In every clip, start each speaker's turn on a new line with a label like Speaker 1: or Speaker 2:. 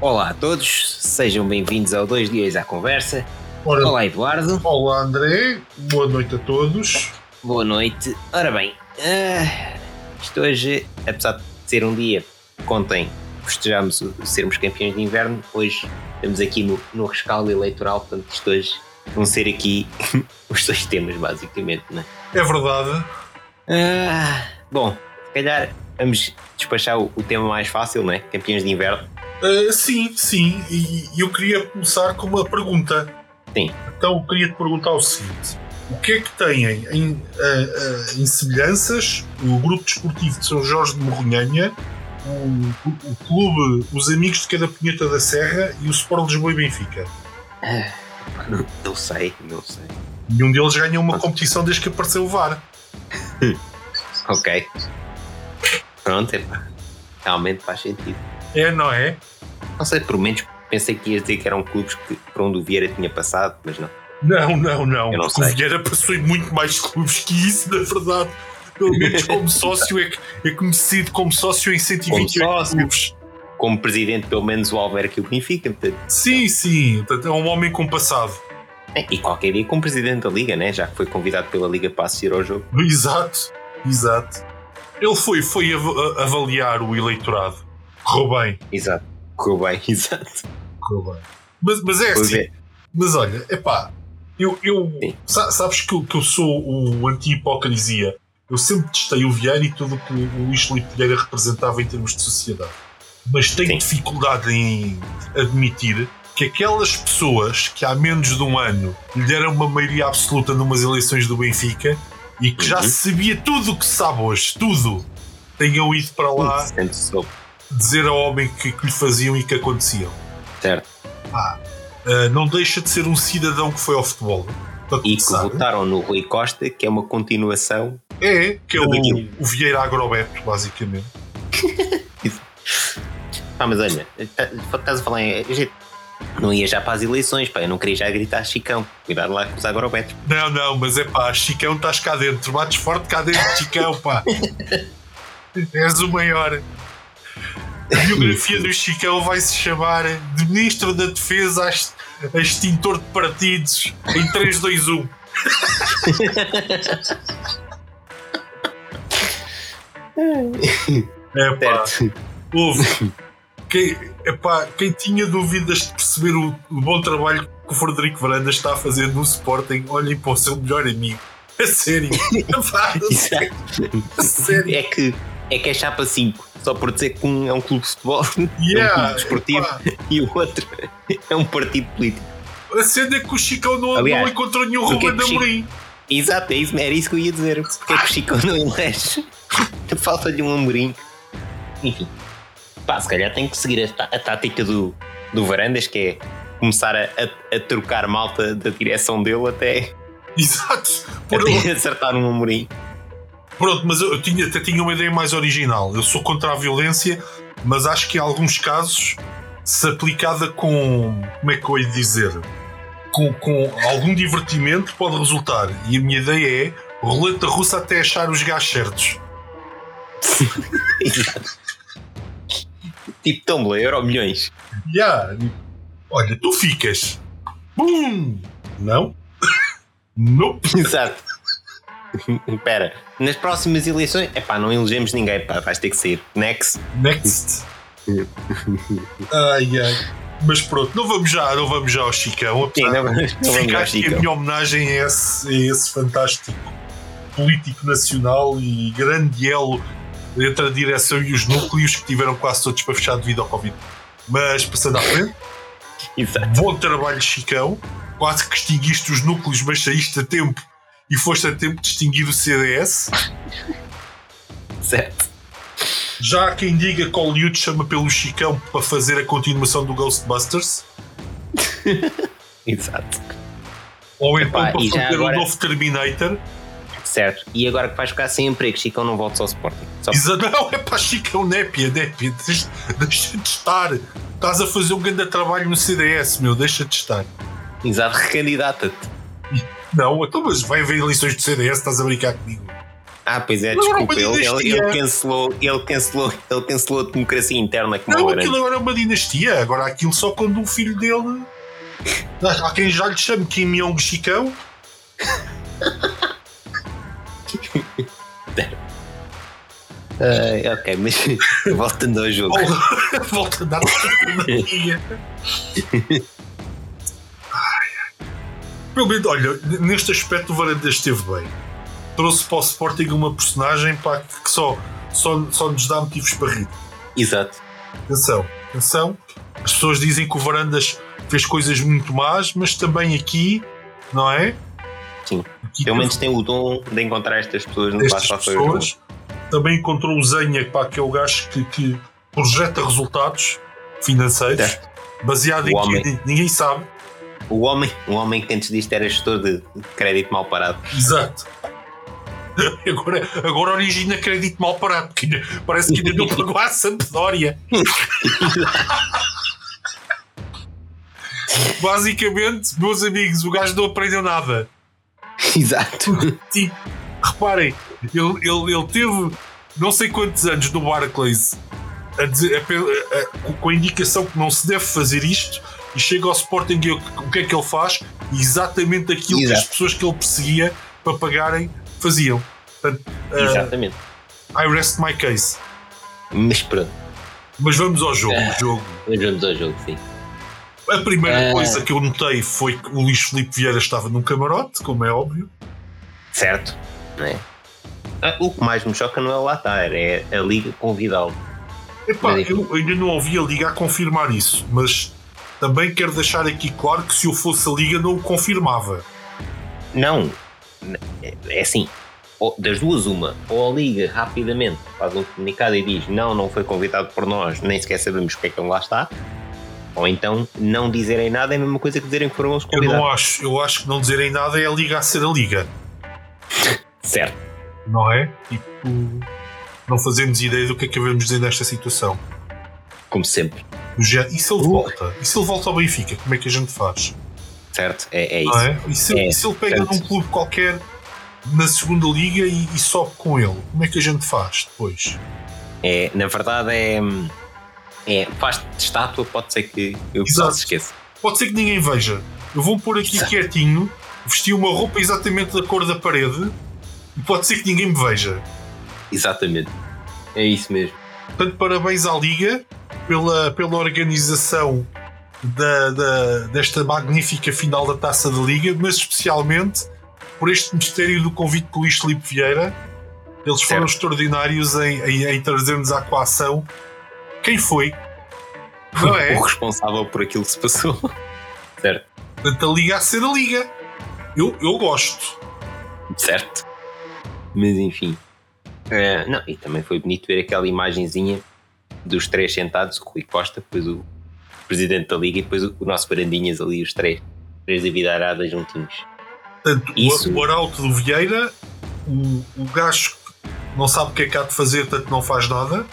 Speaker 1: Olá a todos, sejam bem-vindos ao Dois Dias à Conversa.
Speaker 2: Ora,
Speaker 1: Olá Eduardo,
Speaker 2: olá André, boa noite a todos.
Speaker 1: boa noite. Ora bem, ah, isto hoje, apesar de ser um dia que ontem festejamos o- sermos campeões de inverno, hoje estamos aqui no, no rescaldo eleitoral, portanto isto hoje vão ser aqui os dois temas basicamente, não é?
Speaker 2: É verdade,
Speaker 1: Ah, bom, se calhar vamos despachar o, o tema mais fácil, não é? Campeões de inverno.
Speaker 2: Ah, sim, sim, e e eu queria começar com uma pergunta.
Speaker 1: Sim.
Speaker 2: Então eu queria te perguntar o seguinte: o que é que têm em, ah, ah, em semelhanças o grupo desportivo de São Jorge de Morronhanha, o, o- o clube Os Amigos de Cada Pinheta da Serra e o Sport Lisboa e Benfica?
Speaker 1: Não, Ah, não sei, não sei.
Speaker 2: Nenhum deles ganha uma competição desde que apareceu o VAR.
Speaker 1: Ok. Pronto, epá. realmente faz sentido.
Speaker 2: É, não é?
Speaker 1: Não sei, por menos pensei que ias dizer que eram clubes que, por onde o Vieira tinha passado, mas não.
Speaker 2: Não, não, não.
Speaker 1: Eu não
Speaker 2: Porque o
Speaker 1: sei.
Speaker 2: Vieira passou em muito mais clubes que isso, na verdade. Pelo menos como sócio é, que, é conhecido como sócio em 128
Speaker 1: Como sócio.
Speaker 2: clubes.
Speaker 1: Como presidente, pelo menos o Albergue o Benfica, portanto. é,
Speaker 2: Sim, sim. Portanto, É um homem com passado.
Speaker 1: E qualquer dia como presidente da Liga, né? Já que foi convidado pela Liga para assistir ao jogo.
Speaker 2: Exato, exato. Ele foi, foi av- a- avaliar o eleitorado. Correu bem,
Speaker 1: Exato. Correu bem, exato.
Speaker 2: correu bem. Mas, mas é
Speaker 1: Pois
Speaker 2: assim.
Speaker 1: é.
Speaker 2: Mas olha, epá, eu, eu
Speaker 1: Sim.
Speaker 2: sa- sabes que eu, que eu sou o anti-hipocrisia. Eu sempre testei o Vieira e tudo o que o Luís Filipe Vieira representava em termos de sociedade. Mas tenho
Speaker 1: Sim.
Speaker 2: dificuldade em admitir que aquelas pessoas que há menos de um ano lhe deram uma maioria absoluta numas eleições do Benfica e que já
Speaker 1: Uhum.
Speaker 2: sabia tudo o que se sabe hoje, tudo, tenham ido para lá
Speaker 1: Sempre soube,
Speaker 2: dizer ao homem o que, que lhe faziam e que aconteciam.
Speaker 1: certo.
Speaker 2: Uh, não deixa de ser um cidadão que foi ao futebol. Para
Speaker 1: E que
Speaker 2: começar.
Speaker 1: votaram no Rui Costa, que é uma continuação.
Speaker 2: É, que é o,
Speaker 1: Tudo aquilo.
Speaker 2: o Vieira Agrobeto, basicamente.
Speaker 1: Ah, mas olha, tá- estás a falar em. gente, Não ia já para as eleições, pá. Eu não queria já gritar Chicão. Cuidado lá com os agrobetos.
Speaker 2: Não, não, mas é pá, Chicão, estás cá dentro, bates forte cá dentro, Chicão, pá. És o maior. A biografia do Chicão vai se chamar de Ministro da Defesa a ex- a extintor de partidos em um. 3, 2, 1. É pá.
Speaker 1: Certo.
Speaker 2: Houve. Quem, epá, quem tinha dúvidas de perceber o, o bom trabalho que o Frederico Varandas está a fazer no Sporting, olhem para o seu melhor amigo. A sério. Epá, a sério.
Speaker 1: É que é que é chapa 5, só por dizer que um é um clube de futebol
Speaker 2: Yeah,
Speaker 1: desportivo.
Speaker 2: epá,
Speaker 1: e o outro é um partido político.
Speaker 2: a cena é que o Chicão não,
Speaker 1: Aliás,
Speaker 2: não encontrou nenhum
Speaker 1: o que é
Speaker 2: Ruben
Speaker 1: que o Chico-
Speaker 2: Amorim.
Speaker 1: Exato, é isso, era isso que eu ia dizer. Porque é que o Chico não elege? Falta-lhe um amorim. Enfim, pá, se calhar tem que seguir a, tá- a tática do, do Varandas, que é começar a, a, a trocar malta da direção dele até,
Speaker 2: Exato. Por-
Speaker 1: até acertar um amorim.
Speaker 2: Pronto, mas eu, eu tinha, até tinha uma ideia mais original. Eu sou contra a violência, mas acho que em alguns casos, se aplicada com. Como é que eu hei de dizer? Com, com algum divertimento, pode resultar. E a minha ideia é roleta russa até achar os gás certos.
Speaker 1: Exato. Tipo Tumblr, euro milhões.
Speaker 2: Ya! Olha, tu ficas. Bum! Não? não
Speaker 1: Exato. Espera, nas próximas eleições, epá, não elegemos ninguém, pá, vais ter que sair. Next.
Speaker 2: Next. Ai ai. Mas pronto, não vamos já, não vamos já ao Chicão.
Speaker 1: Sim,
Speaker 2: apesar
Speaker 1: não, não vamos
Speaker 2: Fica
Speaker 1: ao
Speaker 2: aqui a
Speaker 1: Chico.
Speaker 2: minha homenagem a esse, a esse fantástico político nacional e grande elo entre a direção e os núcleos que tiveram quase todos para fechar devido ao Covid. Mas passando à frente,
Speaker 1: Exato.
Speaker 2: bom trabalho, Chicão. Quase que extinguiste os núcleos, mas saíste a tempo e foste a tempo de extinguir o CDS.
Speaker 1: Certo.
Speaker 2: Já há quem diga que Hollywood chama pelo Chicão para fazer a continuação do Ghostbusters,
Speaker 1: Exato.
Speaker 2: ou então
Speaker 1: Epá, e
Speaker 2: para
Speaker 1: já
Speaker 2: fazer
Speaker 1: agora-
Speaker 2: o novo Terminator.
Speaker 1: Certo. E agora que vais ficar sem emprego, Chicão não volta ao Sporting. Só
Speaker 2: Isa, não, é para Chicão Népia, Népia, deixa, deixa de estar. Estás a fazer um grande trabalho no CDS, meu, deixa de estar.
Speaker 1: Exato, recandidata-te.
Speaker 2: Não, então, mas vai haver eleições do CDS, estás a brincar comigo.
Speaker 1: Ah, pois é,
Speaker 2: Não,
Speaker 1: desculpa,
Speaker 2: era uma
Speaker 1: ele, ele- ele
Speaker 2: dinastia.
Speaker 1: cancelou, ele cancelou, ele cancelou a democracia interna que não,
Speaker 2: Não,
Speaker 1: era.
Speaker 2: aquilo agora é uma dinastia. Agora aquilo só quando o filho dele. Há quem já lhe chame Kim Jong Chicão.
Speaker 1: Ah, ok, mas voltando ao jogo.
Speaker 2: Ou volta a dar dinastia. Pelo menos, olha, n- neste aspecto o Varandas esteve bem. Trouxe para o Sporting uma personagem pá, que só, só, só nos dá motivos para rir.
Speaker 1: Exato.
Speaker 2: Atenção, atenção. As pessoas dizem que o Varandas fez coisas muito más, mas também aqui, não é?
Speaker 1: Sim. Pelo
Speaker 2: Aqui teve
Speaker 1: menos tem o dom de encontrar estas pessoas no
Speaker 2: estas
Speaker 1: passo a jogo.
Speaker 2: pessoas. Também encontrou o Zenha, pá, que é o gajo que, que projeta resultados financeiros
Speaker 1: Certo.
Speaker 2: baseado
Speaker 1: O
Speaker 2: em
Speaker 1: homem.
Speaker 2: que ninguém sabe.
Speaker 1: O homem, o homem que antes disto era gestor de de crédito mal parado.
Speaker 2: Exato. Agora, agora origina crédito mal parado, porque ainda- parece que ainda não pagou a Sampdoria. Basicamente, meus amigos, o gajo não aprendeu nada.
Speaker 1: Exato.
Speaker 2: Tipo, reparem, ele, ele, ele teve não sei quantos anos no Barclays a dizer- a pe- a- a- com a indicação que não se deve fazer isto e chega ao Sporting e o que- o que é que ele faz? Exatamente aquilo que
Speaker 1: Exato.
Speaker 2: as pessoas que ele perseguia para pagarem faziam. Portanto, ah,
Speaker 1: Exatamente.
Speaker 2: I rest my case.
Speaker 1: Mas pronto,
Speaker 2: Mas vamos ao jogo.
Speaker 1: Ah.
Speaker 2: o jogo.
Speaker 1: mas vamos ao jogo, sim.
Speaker 2: A primeira
Speaker 1: Ah.
Speaker 2: coisa que eu notei foi que o Luís Filipe Vieira estava num camarote, como é óbvio.
Speaker 1: Certo? Não é? Ah, o que mais me choca não é o Latar, é a Liga convidá-lo.
Speaker 2: Epá,
Speaker 1: Mas-
Speaker 2: eu ainda não ouvi a Liga a confirmar isso, mas também quero deixar aqui claro que se eu fosse a Liga não o confirmava.
Speaker 1: Não. É- É assim. ou- das duas, uma. Ou a Liga rapidamente faz um comunicado e diz não, não foi convidado por nós, nem sequer sabemos porque é que ele lá está. Ou então não dizerem nada é a mesma coisa que dizerem que foram eles
Speaker 2: Eu
Speaker 1: convidados.
Speaker 2: não acho, eu acho que não dizerem nada é a Liga a ser a Liga,
Speaker 1: Certo.
Speaker 2: não é? Tipo, não fazemos ideia do que é que devemos dizer nesta situação.
Speaker 1: Como sempre.
Speaker 2: Do género, E se ele
Speaker 1: Uh.
Speaker 2: volta? E se ele volta ao Benfica? Como é que a gente faz?
Speaker 1: Certo? É, é isso.
Speaker 2: Não é? E se,
Speaker 1: É,
Speaker 2: e se ele pega
Speaker 1: portanto.
Speaker 2: num clube qualquer na segunda liga e, e sobe com ele? Como é que a gente faz depois?
Speaker 1: É, na verdade é. é faz de estátua, pode ser que eu
Speaker 2: Exato.
Speaker 1: se esqueça.
Speaker 2: Pode ser que ninguém veja. Eu vou-me pôr aqui
Speaker 1: Exato.
Speaker 2: quietinho, vestir uma roupa exatamente da cor da parede e pode ser que ninguém me veja.
Speaker 1: Exatamente. É isso mesmo.
Speaker 2: Portanto, parabéns à Liga pela, pela organização da, da- desta magnífica final da taça da Liga, mas especialmente por este mistério do convite do Luís Filipe Vieira. Eles foram
Speaker 1: Certo.
Speaker 2: extraordinários em, em, em trazer-nos à coação quem foi. Não é?
Speaker 1: O responsável por aquilo que se passou. Certo.
Speaker 2: Portanto, a Liga a ser a Liga. Eu, eu gosto.
Speaker 1: Certo. Mas enfim. É, não, e também foi bonito ver aquela imagenzinha dos três sentados, o Rui Costa, depois o presidente da Liga e depois o, o nosso Barandinhas ali, os três. Três avidaradas juntinhos.
Speaker 2: Portanto, o-
Speaker 1: Isso.
Speaker 2: o arauto do Vieira, o, o gajo que não sabe o que é que há de fazer, portanto não faz nada,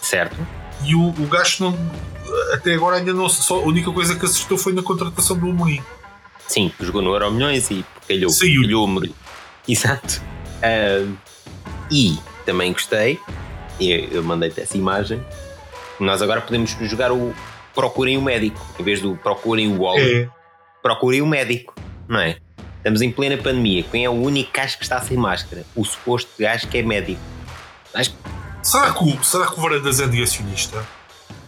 Speaker 1: Certo?
Speaker 2: e o, o gajo que não, até agora ainda não se- só a única coisa que acertou foi na contratação do Amorim.
Speaker 1: Sim, que jogou no Euro Milhões e calhou.
Speaker 2: Saiu.
Speaker 1: Calhou-me. Exato. Ah, e também gostei, eu, eu mandei-te essa imagem. Nós agora podemos jogar o Procurem o Médico, em vez do Procurem o Wall.
Speaker 2: É,
Speaker 1: procurem o médico, não é? Estamos em plena pandemia. Quem é o único gajo que está sem máscara? O suposto gajo que é médico.
Speaker 2: será, que o, será que o Varandas é negacionista?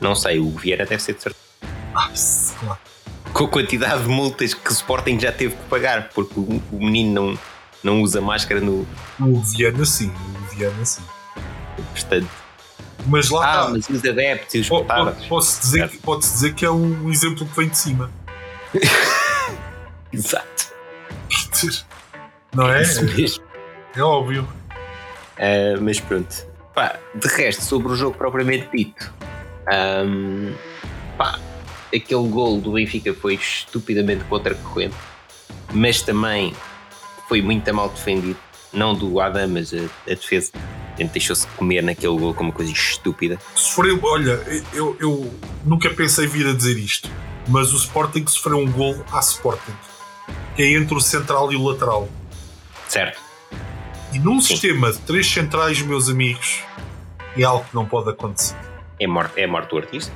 Speaker 1: Não sei, o Vieira deve ser de certeza.
Speaker 2: Ah, sei lá.
Speaker 1: Com a quantidade de multas que o Sporting já teve que pagar, porque o, o menino não, não usa máscara no.
Speaker 2: O Viana sim, o Viana sim.
Speaker 1: Portanto,
Speaker 2: Mas lá
Speaker 1: ah,
Speaker 2: está.
Speaker 1: mas e os adeptos e os
Speaker 2: Po- po-
Speaker 1: petardos?
Speaker 2: Posso dizer, que- posso dizer que é um exemplo que vem de cima.
Speaker 1: Exato.
Speaker 2: Não é?
Speaker 1: É isso mesmo.
Speaker 2: É óbvio.
Speaker 1: Ah, mas pronto. Pá, de resto, sobre o jogo propriamente dito, ahm, pá, aquele gol do Benfica foi estupidamente contracorrente, mas também foi muito mal defendido. Não do Adam, mas a, a defesa ele deixou-se comer naquele gol como uma coisa estúpida.
Speaker 2: Sofreu, olha, eu, eu nunca pensei vir a dizer isto, mas o Sporting sofreu um gol à Sporting, que é entre o central e o lateral.
Speaker 1: Certo?
Speaker 2: E num sistema de três centrais, meus amigos, é algo que não pode acontecer.
Speaker 1: É morto, é morto o artista?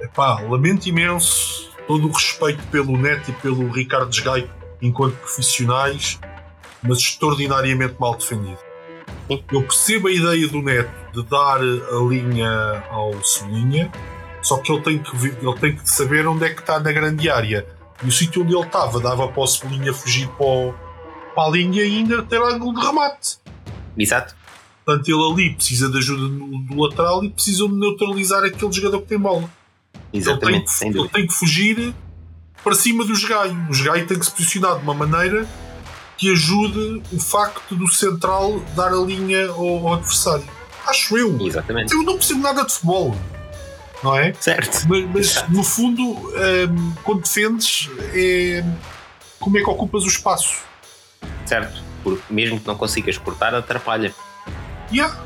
Speaker 2: Epá, lamento imenso todo o respeito pelo Neto e pelo Ricardo Desgai enquanto profissionais, mas extraordinariamente mal defendido. Eu percebo a ideia do Neto de dar a linha ao Solinha, só que ele tem que, vi- ele tem que saber onde é que está na grande área. E o sítio onde ele estava dava para o Solinha fugir para, o- para a linha e ainda ter ângulo de remate.
Speaker 1: Exato.
Speaker 2: Portanto, ele ali precisa de ajuda do, do lateral e precisa de neutralizar aquele jogador que tem bola. Ele tem,
Speaker 1: Exatamente,
Speaker 2: que,
Speaker 1: sem
Speaker 2: ele
Speaker 1: dúvida.
Speaker 2: tem que fugir para cima do Jogai. O Jogai tem que se posicionar de uma maneira que ajude o facto do central dar a linha ao, ao adversário. Acho eu.
Speaker 1: Exatamente.
Speaker 2: Eu não percebo nada de futebol, não é?
Speaker 1: Certo.
Speaker 2: Mas, mas, no fundo, hum, quando defendes, é como é que ocupas o espaço.
Speaker 1: Certo. Porque mesmo que não consigas cortar, atrapalha.
Speaker 2: Yeah.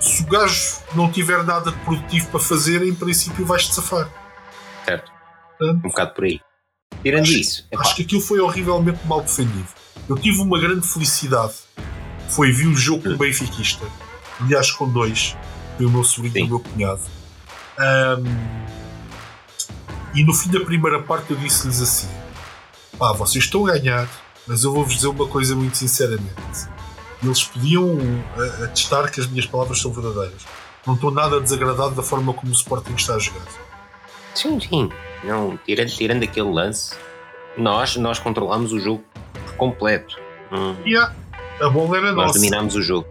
Speaker 2: Se o gajo não tiver nada de produtivo para fazer, em princípio vais-te safar.
Speaker 1: Certo.
Speaker 2: Hum.
Speaker 1: Um bocado por aí. Tirando
Speaker 2: Acho-
Speaker 1: isso, epá,
Speaker 2: Acho que aquilo foi horrivelmente mal defendido. Eu tive uma grande felicidade. Foi vi o jogo com o Benfiquista. Aliás, com dois. Foi o meu sobrinho e
Speaker 1: Sim.
Speaker 2: o meu cunhado. Ahm, e no fim da primeira parte eu disse-lhes assim: pá, vocês estão a ganhar, mas eu vou-vos dizer uma coisa muito sinceramente. Eles podiam ah, atestar que as minhas palavras são verdadeiras. Não estou nada desagradado da forma como o Sporting está a jogar.
Speaker 1: Sim, sim. Não, tirando, tirando aquele lance, nós, nós controlámos o jogo por completo. Hum,
Speaker 2: E ah, a bola era
Speaker 1: nós
Speaker 2: nossa.
Speaker 1: dominámos o jogo.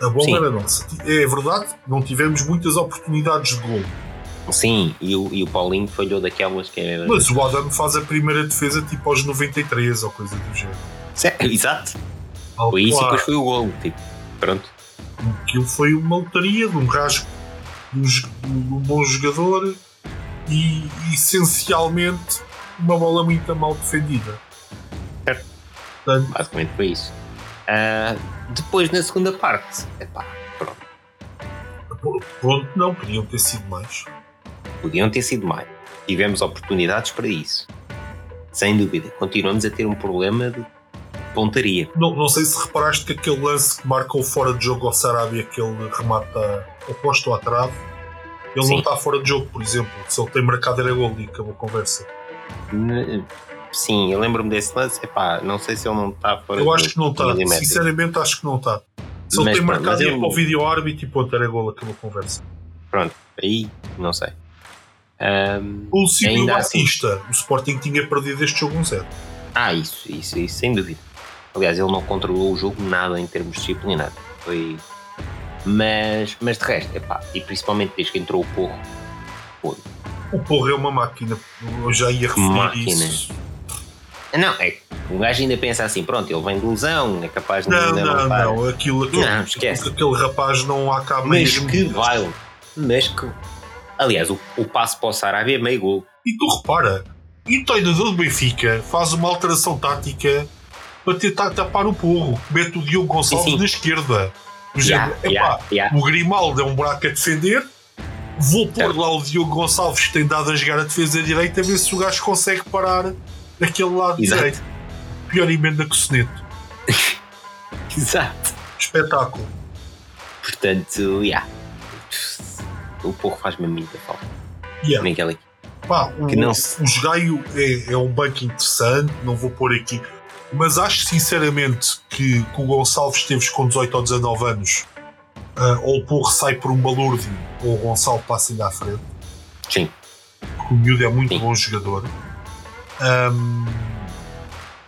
Speaker 2: A bola
Speaker 1: Sim.
Speaker 2: era nossa. É verdade, não tivemos muitas oportunidades de gol.
Speaker 1: Sim, e o, e o Paulinho falhou daquelas que é.
Speaker 2: Mas o Adam faz a primeira defesa tipo aos 93 ou coisa do género.
Speaker 1: Certo, Exato.
Speaker 2: Ao
Speaker 1: Foi isso e
Speaker 2: claro,
Speaker 1: depois foi o gol. Tipo, pronto.
Speaker 2: Aquilo foi uma lotaria de um rasgo de um, jo- de um bom jogador e essencialmente uma bola muito mal defendida.
Speaker 1: Certo.
Speaker 2: Portanto,
Speaker 1: Basicamente foi isso. Ah, depois na segunda parte, epá, pronto,
Speaker 2: pr- pronto, não, podiam ter sido mais.
Speaker 1: podiam ter sido mais. Tivemos oportunidades para isso. Sem dúvida. Continuamos a ter um problema de pontaria.
Speaker 2: Não, não sei se reparaste que aquele lance que marcou fora de jogo ao Sarabia, que ele remata oposto à trave, ele não
Speaker 1: Sim.
Speaker 2: está fora de jogo, por exemplo. Se ele tem marcado era gol e acabou a conversa.
Speaker 1: N- Sim, eu lembro-me desse lance. Epá, não sei se ele não está fora
Speaker 2: Eu
Speaker 1: do-
Speaker 2: acho que não está.
Speaker 1: do milímetro.
Speaker 2: Sinceramente, acho que não está. Se ele
Speaker 1: Mas pronto,
Speaker 2: tem marcado
Speaker 1: mas
Speaker 2: ia
Speaker 1: eu-
Speaker 2: para o vídeo árbitro e pronto, era gol, acabou a conversa.
Speaker 1: Aí, não sei. Ahm,
Speaker 2: O Silvio
Speaker 1: Ainda assim.
Speaker 2: Batista, o Sporting tinha perdido este jogo 1-0.
Speaker 1: ah, isso, isso, isso, sem dúvida. Aliás, ele não controlou o jogo nada em termos disciplinares. Foi. Mas, mas de resto, epá, e principalmente desde que entrou o Porro,
Speaker 2: O Porro é uma máquina. Eu já ia referir
Speaker 1: Máquina.
Speaker 2: isso.
Speaker 1: Não, é que um gajo ainda pensa assim, pronto, ele vem de lesão, é capaz de
Speaker 2: Não,
Speaker 1: ainda
Speaker 2: não,
Speaker 1: estar.
Speaker 2: não. Aquilo, aquele,
Speaker 1: Não, esquece.
Speaker 2: aquele rapaz não há cá
Speaker 1: Mas
Speaker 2: mesmo.
Speaker 1: que baile. Mas que. Aliás, o, o passo para o Sarabia é meio gol.
Speaker 2: E tu repara, e o treinador do Benfica faz uma alteração tática para tentar tapar o porro, mete o Diogo Gonçalves
Speaker 1: Sim, sim.
Speaker 2: na esquerda. Do
Speaker 1: Já,
Speaker 2: género,
Speaker 1: já,
Speaker 2: "Epá,
Speaker 1: já.
Speaker 2: o Grimaldo é um buraco a defender, vou pôr lá o Diogo Gonçalves que tem dado a jogar a defesa direita, a ver se o gajo consegue parar daquele lado
Speaker 1: Exato.
Speaker 2: direito. Pior emenda que o soneto.
Speaker 1: Exato.
Speaker 2: Espetáculo.
Speaker 1: Portanto, já. O Porro faz mesmo muita falta. é
Speaker 2: Yeah.
Speaker 1: Naquela equipe.
Speaker 2: Pá, o,
Speaker 1: Que não se-
Speaker 2: o Jogaio é, é um banco interessante, não vou pôr aqui. Mas acho sinceramente que, que o Gonçalves teve com 18 ou 19 anos, ah, ou o Porro sai por um balúrdio, ou o Gonçalo passa-lhe à frente,
Speaker 1: Sim.
Speaker 2: porque o miúdo é muito
Speaker 1: Sim.
Speaker 2: bom jogador. Ahm,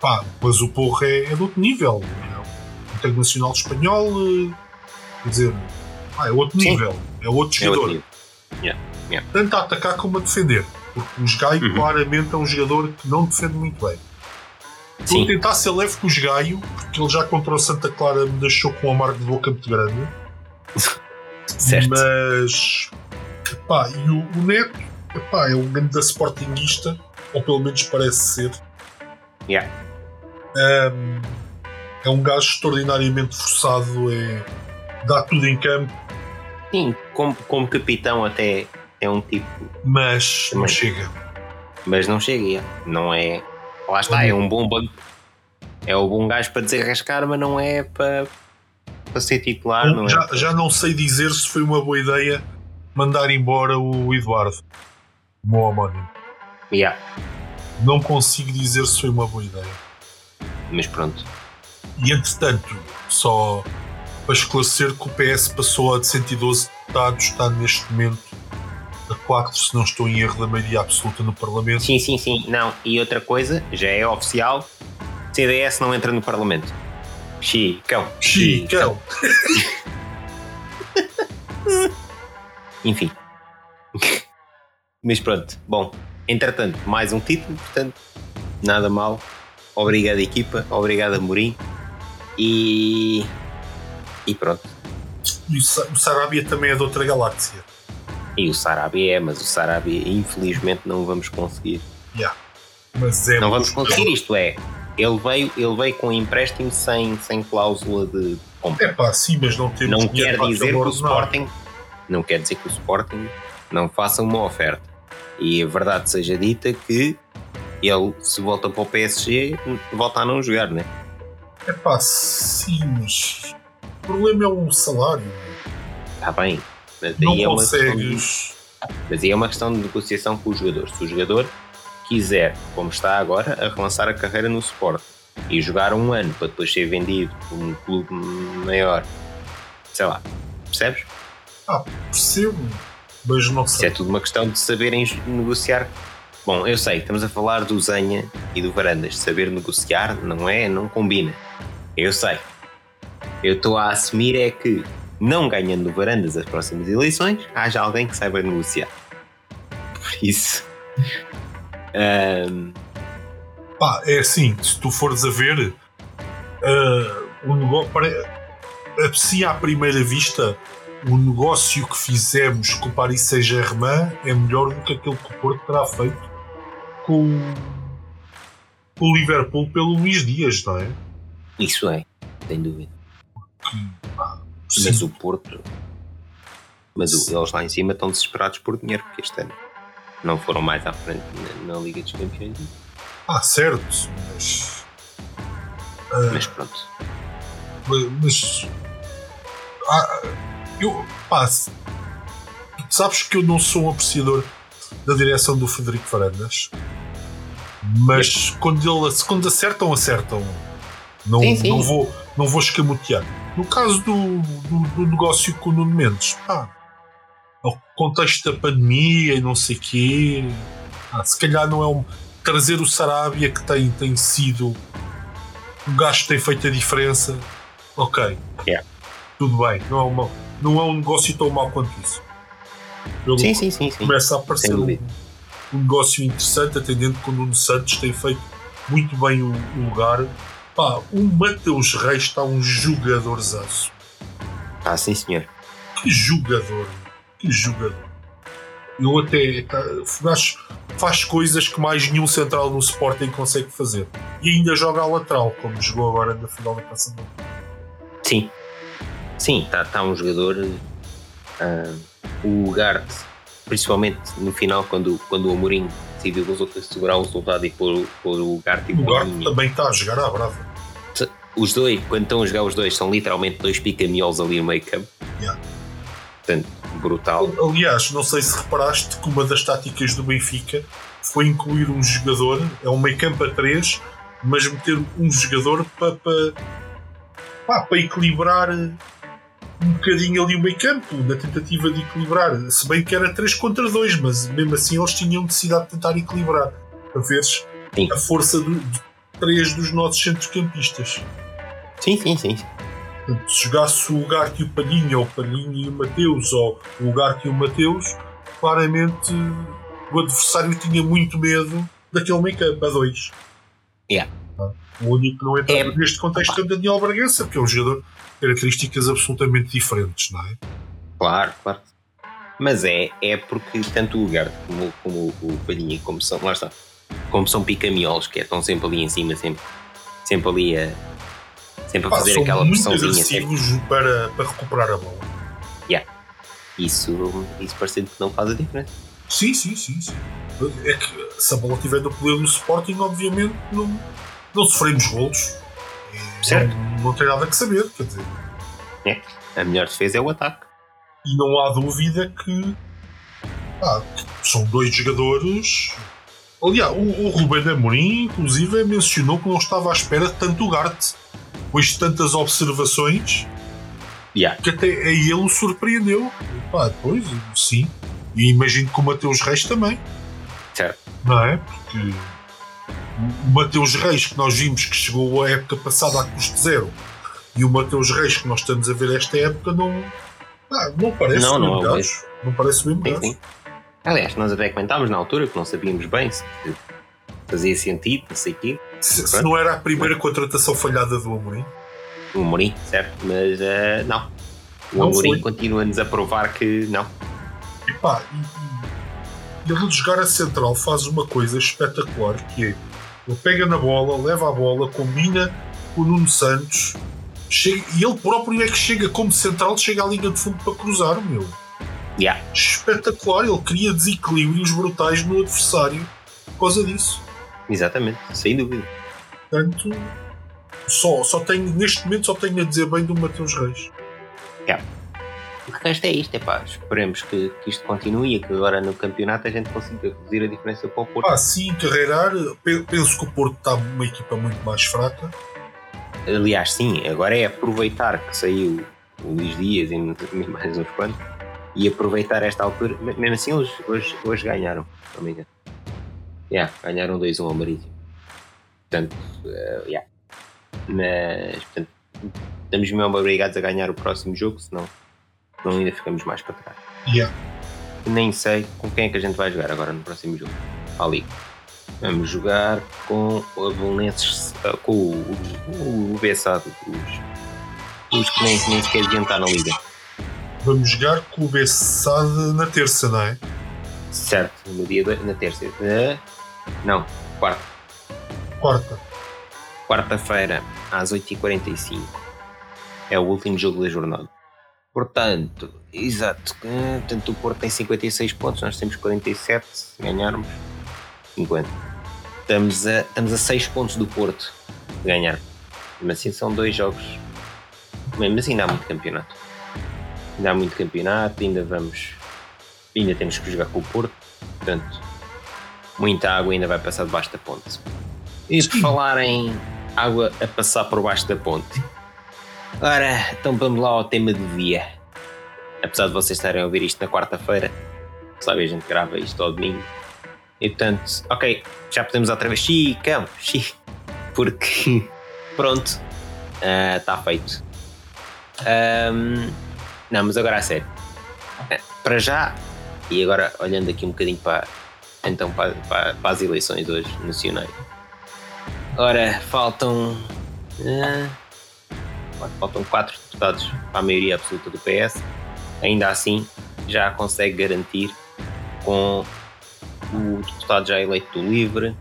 Speaker 2: pá, mas o Porro é, é de outro nível. É um internacional espanhol, eh, quer dizer, pá, é outro
Speaker 1: Sim.
Speaker 2: nível,
Speaker 1: É
Speaker 2: é outro
Speaker 1: outro
Speaker 2: jogador
Speaker 1: nível.
Speaker 2: tanto a atacar como a defender. Porque o Esgaio
Speaker 1: Uhum.
Speaker 2: claramente é um jogador que não defende muito bem. Vou
Speaker 1: Sim,
Speaker 2: tentar ser leve com o Esgaio, porque ele já contra o Santa Clara me deixou com um amargo de boca muito grande.
Speaker 1: certo.
Speaker 2: Mas. Pá, e o, o Neto epá, é um grande sportinguista, ou pelo menos parece ser.
Speaker 1: Yeah.
Speaker 2: Ahm, é um gajo extraordinariamente forçado, é, dá tudo em campo,
Speaker 1: Sim, como, como capitão até é um tipo.
Speaker 2: mas não
Speaker 1: Também.
Speaker 2: chega.
Speaker 1: Mas não chega. já. Não é. Lá está, é um bom banco. É o bom gajo para desenrascar, mas não é para, para ser titular, não é?
Speaker 2: já, já não sei dizer se foi uma boa ideia mandar embora o Eduardo, o meu homónimo.
Speaker 1: Yeah,
Speaker 2: Não consigo dizer se foi uma boa ideia.
Speaker 1: mas pronto.
Speaker 2: E entretanto, só para esclarecer que o PS passou a de 112 deputados, está neste momento a 4, se não estou em erro, da maioria absoluta no Parlamento.
Speaker 1: Sim, sim, sim. Não, e outra coisa, já é oficial: CDS não entra no Parlamento. Chicão.
Speaker 2: Chicão!
Speaker 1: Enfim. Mas pronto, bom. Entretanto, mais um título, portanto, nada mal. Obrigado, equipa. Obrigado, Amorim. E. E pronto.
Speaker 2: E o Sa- o Sarabia também é de outra galáxia.
Speaker 1: E o Sarabia é, mas o Sarabia, infelizmente, não vamos conseguir.
Speaker 2: Mas é
Speaker 1: Não
Speaker 2: bom
Speaker 1: vamos conseguir, isto é. Ele veio, ele veio com um empréstimo sem, sem cláusula de compra.
Speaker 2: É pá, sim, mas não temos
Speaker 1: Não
Speaker 2: dinheiro
Speaker 1: quer
Speaker 2: para
Speaker 1: dizer que
Speaker 2: aquele
Speaker 1: o
Speaker 2: ordenado.
Speaker 1: Sporting. Não quer dizer que o Sporting não faça uma oferta. E a verdade seja dita que ele se volta para o PSG, volta a não jogar, né?
Speaker 2: É pá, sim, mas o problema é o salário.
Speaker 1: Está Tá bem. Mas
Speaker 2: Não
Speaker 1: aí, é uma questão de,
Speaker 2: consegues.
Speaker 1: mas aí é uma questão de negociação com o jogador. Se o jogador quiser, como está agora, a relançar a carreira no Sporting e jogar um ano para depois ser vendido por um clube maior, sei lá, percebes?
Speaker 2: Percebo, mas não
Speaker 1: Isso é
Speaker 2: sei.
Speaker 1: tudo uma questão de saberem negociar. Bom, eu sei, estamos a falar do Zenha e do Varandas. Saber negociar não é, não combina. Eu sei. Eu estou a assumir é que, não ganhando o Varandas as próximas eleições, haja alguém que saiba negociar. Por isso. ahm,
Speaker 2: Pá, é assim, se tu fores a ver, ah, o negócio. pare- Assim, à primeira vista, o negócio que fizemos com o Paris Saint-Germain é melhor do que aquele que o Porto terá feito com, com o Liverpool pelo Luís Dias, não é?
Speaker 1: isso é, sem dúvida.
Speaker 2: Sim,
Speaker 1: Mas o Porto. Mas o- eles lá em cima estão desesperados por dinheiro, porque este ano não foram mais à frente na, na Liga dos Campeões.
Speaker 2: Ah, certo, mas.
Speaker 1: Mas pronto.
Speaker 2: Mas. Ah, eu. Pá, se- tu sabes que eu não sou um apreciador da direção do Frederico Varandas, mas quando, ele, quando acertam, acertam. Não,
Speaker 1: Sim, sim.
Speaker 2: não vou, não vou escamotear. No caso do, do, do negócio com o Nuno Mendes, pá, ao contexto da pandemia e não sei quê, pá, se calhar não é um. Trazer o Sarabia que tem, tem sido. O gasto tem feito a diferença. Ok.
Speaker 1: Yeah.
Speaker 2: Tudo bem. Não é, uma, não é um negócio tão mau quanto isso. Pelo
Speaker 1: Sim, sim, sim, sim.
Speaker 2: começa a aparecer
Speaker 1: Sem
Speaker 2: um,
Speaker 1: dúvida.
Speaker 2: um negócio interessante, atendendo que o Nuno Santos tem feito muito bem o, o lugar. Pá, o Mateus Reis está um jogadorzaço.
Speaker 1: Ah, sim, senhor.
Speaker 2: Que jogador! Que jogador! Eu até. Tá, o gajo faz coisas que mais nenhum central no Sporting consegue fazer. E ainda joga a lateral, como jogou agora na final da Taça do
Speaker 1: Sim. Sim, está tá um jogador. ah, o Garte, principalmente no final, quando, quando o Amorim decidiu resolver segurar o resultado e pôr, pôr o Garte e
Speaker 2: O
Speaker 1: o
Speaker 2: Garte
Speaker 1: Paulinho.
Speaker 2: também está a jogar ah, à brava.
Speaker 1: Os dois, quando estão a jogar os dois, são literalmente dois picamiolos ali no meio campo.
Speaker 2: Yeah.
Speaker 1: Portanto, brutal.
Speaker 2: Aliás, não sei se reparaste que uma das táticas do Benfica foi incluir um jogador, é um meio campo a 3, mas meter um jogador para equilibrar um bocadinho ali o meio campo, na tentativa de equilibrar. Se bem que era 3 contra 2, mas mesmo assim eles tinham necessidade de tentar equilibrar, para veres
Speaker 1: Sim.
Speaker 2: a força do- de 3 dos nossos centrocampistas.
Speaker 1: Sim, sim, sim.
Speaker 2: Portanto, se jogasse o Garte e o Palhinha, ou o Palhinha e o Mateus, ou o Garte e o Mateus, claramente o adversário tinha muito medo daquele meio campo a dois.
Speaker 1: Yeah.
Speaker 2: O único que não entra
Speaker 1: É-
Speaker 2: neste contexto é o Daniel Bragança, porque é um jogador de características absolutamente diferentes, não é?
Speaker 1: Claro, claro. Mas é, é porque tanto o Garte como, como o Palhinha, como são, lá está, como são picamiolos, que é, estão sempre ali em cima, sempre, sempre ali a. Sempre a
Speaker 2: Pá,
Speaker 1: fazer
Speaker 2: são
Speaker 1: aquela
Speaker 2: muito
Speaker 1: pressãozinha. sempre.
Speaker 2: agressivos para, para recuperar a bola.
Speaker 1: Isso, isso parecendo que não faz a diferença.
Speaker 2: Sim, sim, sim, sim. É que se a bola tiver no poder no Sporting, obviamente não, não sofremos golos. E
Speaker 1: Certo.
Speaker 2: Não, não tem nada que saber, quer dizer.
Speaker 1: né? A melhor defesa é o ataque.
Speaker 2: E não há dúvida que, pá, que são dois jogadores. Aliás, o, o Ruben Amorim, inclusive, mencionou que não estava à espera de tanto Garte, pois de tantas observações
Speaker 1: Yeah.
Speaker 2: que até a ele o surpreendeu. Pá, pois, sim. E imagino que o Mateus Reis também.
Speaker 1: Certo.
Speaker 2: Não é? Porque o- o Mateus Reis que nós vimos que chegou a época passada a custo zero e o Mateus Reis que nós estamos a ver esta época não. pá, não parece
Speaker 1: Não,
Speaker 2: o
Speaker 1: não
Speaker 2: mesmo
Speaker 1: é o
Speaker 2: gajo.
Speaker 1: mesmo.
Speaker 2: Não parece o mesmo
Speaker 1: Sim,
Speaker 2: gajo.
Speaker 1: sim. Aliás, nós até comentámos na altura que não sabíamos bem se fazia sentido, não sei o quê.
Speaker 2: Se, se não era a primeira contratação falhada do Amorim.
Speaker 1: O Amorim, certo? Mas eh, não. O
Speaker 2: Não foi.
Speaker 1: Amorim continua-nos a provar que não.
Speaker 2: E pá, e- e ele de jogar a central faz uma coisa espetacular que é ele pega na bola, leva a bola, combina com o Nuno Santos chega- e ele próprio é que chega como central, chega à linha de fundo para cruzar, meu.
Speaker 1: Yeah.
Speaker 2: Espetacular, ele cria desequilíbrios brutais no adversário por causa disso.
Speaker 1: Exatamente, sem dúvida.
Speaker 2: Portanto, só, só tenho, neste momento só tenho a dizer bem do Mateus Reis.
Speaker 1: O resto é isto, é pá. Esperemos que, que isto continue e que agora no campeonato a gente consiga reduzir a diferença para o Porto.
Speaker 2: Pá, sim, carreirar, pe- penso que o Porto está uma equipa muito mais fraca.
Speaker 1: Aliás, sim, agora é aproveitar que saiu o Luís Dias e mais uns quantos e aproveitar esta altura. Me- Mesmo assim, eles hoje, hoje ganharam, se não me engano. Yeah, ganharam 2-1 ao Marítimo. Portanto, eh, yeah. Mas, portanto, estamos mesmo obrigados a ganhar o próximo jogo, senão, senão ainda ficamos mais para trás.
Speaker 2: Yeah.
Speaker 1: Nem sei com quem é que a gente vai jogar agora no próximo jogo. Ali. Vamos jogar com a Belenenses, ah, com o, o, o Bessado, os, os que nem, nem sequer deviam estar na liga.
Speaker 2: Vamos jogar com o Bessade na terça, não é?
Speaker 1: Certo, no dia da- na terça. eh, não, quarta.
Speaker 2: Quarta.
Speaker 1: Quarta-feira, às 8h45. É o último jogo da jornada. Portanto, exato. eh, Portanto, o Porto tem 56 pontos, nós temos 47, se ganharmos 50. Estamos a, estamos a 6 pontos do Porto de ganhar. Mas assim são dois jogos. Mesmo assim ainda há muito campeonato. Ainda há muito campeonato, ainda vamos. Ainda temos que jogar com o Porto. Portanto, muita água ainda vai passar debaixo da ponte. E por falar em água a passar por baixo da ponte. Ora, então vamos lá ao tema do dia. Apesar de vocês estarem a ouvir isto na quarta-feira, sabe, a gente grava isto ao domingo. E portanto, ok, já podemos outra vez. Chicão, chi. Porque, pronto, está feito. Ahm, não, mas agora a sério. Ah, Para já, e agora olhando aqui um bocadinho para, então, para, para, para as eleições hoje nacionais. Ora, faltam. ah, faltam quatro deputados para a maioria absoluta do PS. Ainda assim, já consegue garantir com o deputado já eleito do Livre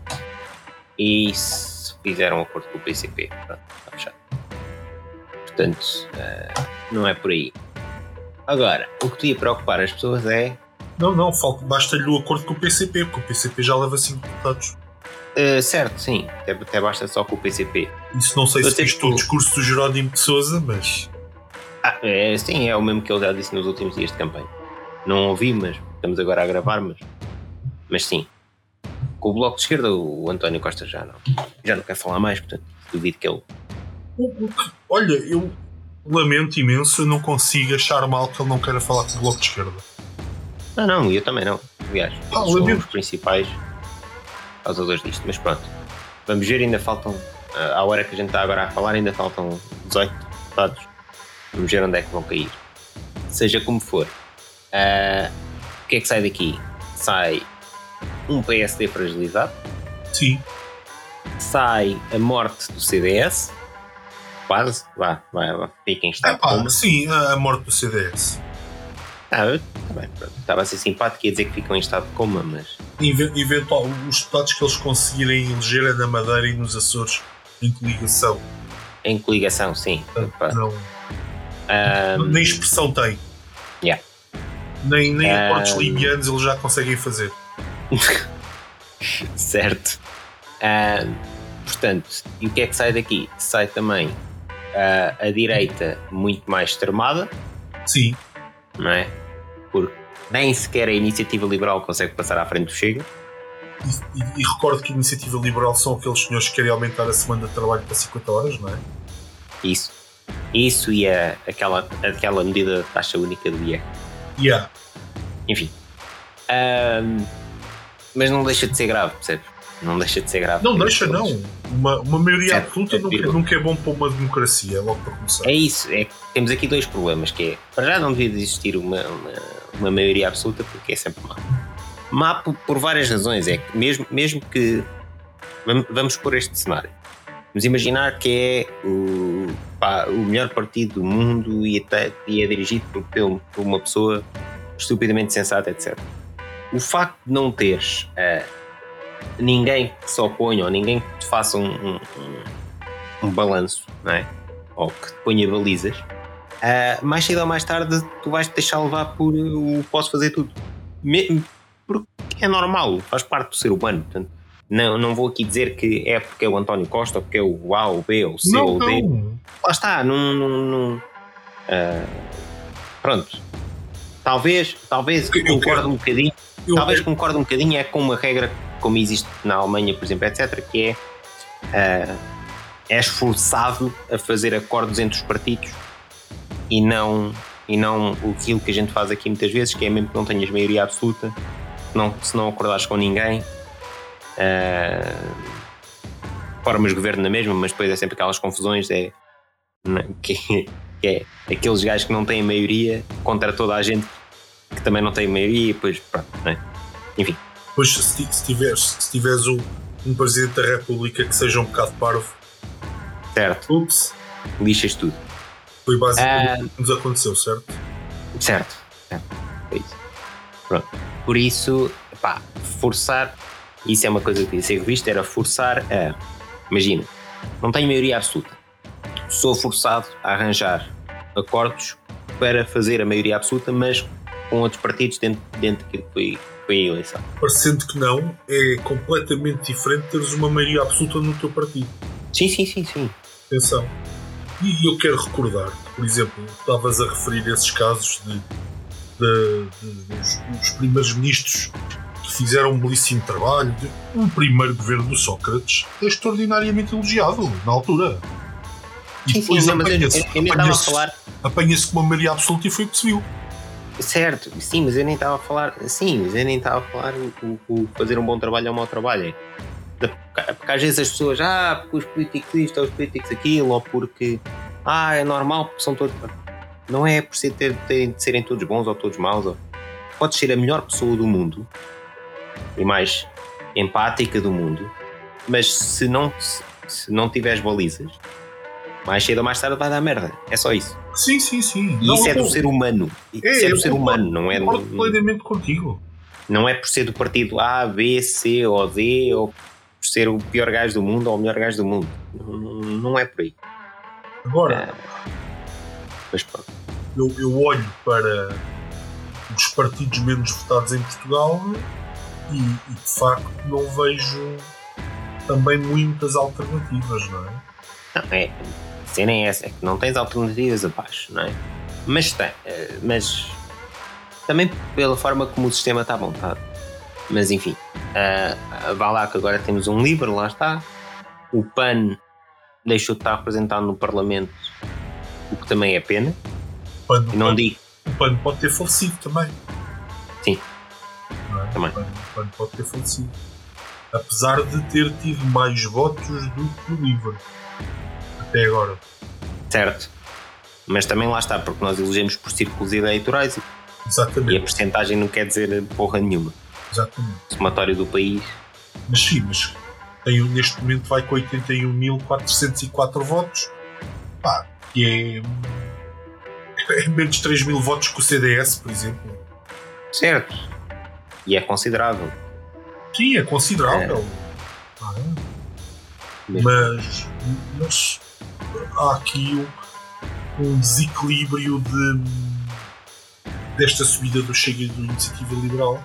Speaker 1: e se fizeram um acordo com o PCP. Pronto, está fechado. Portanto, ah, não é por aí. Agora, o que devia preocupar as pessoas é
Speaker 2: Não, não, falta- basta-lhe o acordo com o PCP, porque o PCP já leva 5 deputados.
Speaker 1: ah, certo, sim, até, até basta só com o PCP.
Speaker 2: Isso não sei
Speaker 1: Eu
Speaker 2: se
Speaker 1: tenho
Speaker 2: isto o
Speaker 1: que-
Speaker 2: discurso do Jerónimo de Souza, mas.
Speaker 1: Ah, é, sim, é o mesmo que ele já disse nos últimos dias de campanha. Não ouvi, mas estamos agora a gravar, mas, mas sim. Com o Bloco de Esquerda, o António Costa já não, já não quer falar mais, portanto, duvido que ele...
Speaker 2: o- o que- Olha, eu lamento imenso, eu não consigo achar mal que ele não queira falar com o Bloco de Esquerda.
Speaker 1: Não, não, eu também não. Aliás,
Speaker 2: Ah,
Speaker 1: eles são
Speaker 2: lamento.
Speaker 1: os principais causadores disto, mas pronto. Vamos ver, ainda faltam, ah, à hora que a gente está agora a falar, ainda faltam 18 deputados. Vamos ver onde é que vão cair. Seja como for, ah, o que é que sai daqui? Sai um PSD fragilizado,
Speaker 2: Sim,
Speaker 1: sai a morte do CDS, quase, vá, vá, vá fiquem
Speaker 2: ah,
Speaker 1: está
Speaker 2: pá,
Speaker 1: como.
Speaker 2: sim a, a morte do CDS.
Speaker 1: Ah, eu- tá bem, pronto. Estava a ser simpático e ia dizer que ficam em estado de coma, mas
Speaker 2: Inve- eventual, os deputados que eles conseguirem eleger é na Madeira e nos Açores em coligação.
Speaker 1: em coligação, sim. Pá.
Speaker 2: Não,
Speaker 1: Ahm,
Speaker 2: nem expressão tem.
Speaker 1: Yeah.
Speaker 2: Nem, nem acordos
Speaker 1: Ah.
Speaker 2: libianos eles já conseguem fazer.
Speaker 1: Ah, certo. Ahm, portanto, e o que é que sai daqui? Sai também ah, a direita muito mais extremada,
Speaker 2: Sim.
Speaker 1: não é? Porque nem sequer a iniciativa liberal consegue passar à frente do Chega.
Speaker 2: E, e- e recordo que a iniciativa liberal são aqueles senhores que querem aumentar a semana de trabalho para 50 horas, não é?
Speaker 1: Isso. Isso e a, aquela, aquela medida da taxa única do IEC.
Speaker 2: Yeah.
Speaker 1: Enfim. Ahm, mas não deixa de ser grave, percebes? Não deixa de ser grave.
Speaker 2: Não deixa, não. Uma, uma maioria
Speaker 1: Certo,
Speaker 2: absoluta
Speaker 1: certo,
Speaker 2: nunca,
Speaker 1: vírgula.
Speaker 2: nunca é bom para uma democracia, logo para começar.
Speaker 1: É isso, é que temos aqui dois problemas, que é, para já não devia existir uma, uma, uma maioria absoluta, porque é sempre má. Má por, por várias razões, é que mesmo, mesmo que, vamos, vamos pôr este cenário, vamos imaginar que é o, pá, o melhor partido do mundo e, até- e é dirigido por, pelo- por uma pessoa estupidamente sensata, etc. O facto de não teres eh, ninguém que se oponha ou ninguém que te faça um, um- um- um balanço, não é? ou que te ponha balizas, ah, mais cedo ou mais tarde tu vais te deixar levar por uh, o posso fazer tudo. Me- porque é normal, faz parte do ser humano. Portanto, não, não vou aqui dizer que é porque é o António Costa, ou porque é o A, ou o B, ou o C, ou
Speaker 2: Não,
Speaker 1: o D.
Speaker 2: não.
Speaker 1: Lá está, não. não- não- ah, pronto. Talvez, talvez
Speaker 2: Eu quero-
Speaker 1: concorde um bocadinho
Speaker 2: Eu,
Speaker 1: talvez concorde um bocadinho é com uma regra como existe na Alemanha, por exemplo, etc., que é ah, és forçado a fazer acordos entre os partidos e não, e não o- aquilo que a gente faz aqui muitas vezes, que é mesmo que não tenhas maioria absoluta, não, se não acordares com ninguém, ah, formas governo na mesma, mas depois é sempre aquelas confusões, é né, que, que é aqueles gajos que não têm maioria contra toda a gente que também não tem maioria e depois pronto, né?
Speaker 2: Pois se, ti- se tiveres, se tiveres um, um presidente da República que seja um bocado parvo,
Speaker 1: certo,
Speaker 2: ups,
Speaker 1: lixas tudo,
Speaker 2: foi
Speaker 1: Ah.
Speaker 2: basicamente o que nos aconteceu, certo?
Speaker 1: certo, certo. Foi isso. Pronto. Por isso, pá, forçar, isso é uma coisa que devia ser revista, era forçar a. Imagina, não tenho maioria absoluta. Sou forçado a arranjar acordos para fazer a maioria absoluta, mas com outros partidos dentro, dentro daquilo que foi, foi a eleição.
Speaker 2: Parecendo que não, é completamente diferente teres uma maioria absoluta no teu partido.
Speaker 1: Sim, sim, sim, sim.
Speaker 2: Atenção. E eu quero recordar, que, por exemplo, estavas a referir esses casos de, de- de- dos, dos primeiros ministros que fizeram um belíssimo trabalho. De, um primeiro governo do Sócrates é extraordinariamente elogiado na altura. E
Speaker 1: Sim,
Speaker 2: depois
Speaker 1: sim, não, mas é, eu, eu,
Speaker 2: apanha-se
Speaker 1: eu nem estava a
Speaker 2: apanha-se-
Speaker 1: falar.
Speaker 2: apanha-se com uma maioria absoluta e foi o que se viu.
Speaker 1: Certo, sim, mas eu nem estava a falar. Sim, mas eu nem estava a falar o, o- o fazer um bom trabalho ou um mau trabalho. Da- Porque, porque às vezes as pessoas, ah, porque os políticos isto ou os políticos aquilo, ou porque ah, é normal porque são todos. Não é por ser ter, terem de serem todos bons ou todos maus. Ou... Podes ser a melhor pessoa do mundo e mais empática do mundo, mas se não, se, se não tiveres balizas, mais cedo ou mais tarde vai dar merda. É só isso.
Speaker 2: Sim, sim, sim.
Speaker 1: E
Speaker 2: Não,
Speaker 1: isso é
Speaker 2: eu
Speaker 1: do ser humano. Isso
Speaker 2: É,
Speaker 1: é, do
Speaker 2: eu
Speaker 1: ser
Speaker 2: concordo-
Speaker 1: humano, não é
Speaker 2: Concordo
Speaker 1: do,
Speaker 2: plenamente contigo.
Speaker 1: não é por ser do partido A, B, C ou D, ou por ser o pior gajo do mundo ou o melhor gajo do mundo. Não, não- não é por aí. É.
Speaker 2: Agora,
Speaker 1: Mas pronto.
Speaker 2: eu, eu olho para os partidos menos votados em Portugal e, e, de facto não vejo também muitas alternativas, não é?
Speaker 1: Não, é, a cena é essa, é que não tens alternativas abaixo, não é? Mas tem, eh, mas também pela forma como o sistema está montado. Mas enfim, ah, ah, vá lá que agora temos um livro, lá está. O PAN deixou de estar representado no Parlamento, o que também é pena.
Speaker 2: O PAN, o
Speaker 1: E não
Speaker 2: PAN-
Speaker 1: digo,
Speaker 2: o PAN pode ter falecido também.
Speaker 1: Sim.
Speaker 2: Não é?
Speaker 1: Também.
Speaker 2: O, PAN, o PAN pode ter falecido. Apesar de ter tido mais votos do que o LIVRE até agora.
Speaker 1: certo. Mas também lá está, porque nós elegemos por círculos eleitorais e e a
Speaker 2: Exatamente,
Speaker 1: porcentagem não quer dizer porra nenhuma.
Speaker 2: exatamente.
Speaker 1: O somatório do país,
Speaker 2: Mas sim, mas tem, um, neste momento vai com 81.404 votos, pá, que é, é menos 3 mil votos que o CDS, por exemplo.
Speaker 1: certo. E é considerável.
Speaker 2: Sim, é considerável. Ah, é. Mas, mas há aqui um, um desequilíbrio de, desta subida do Chega e do Iniciativa Liberal.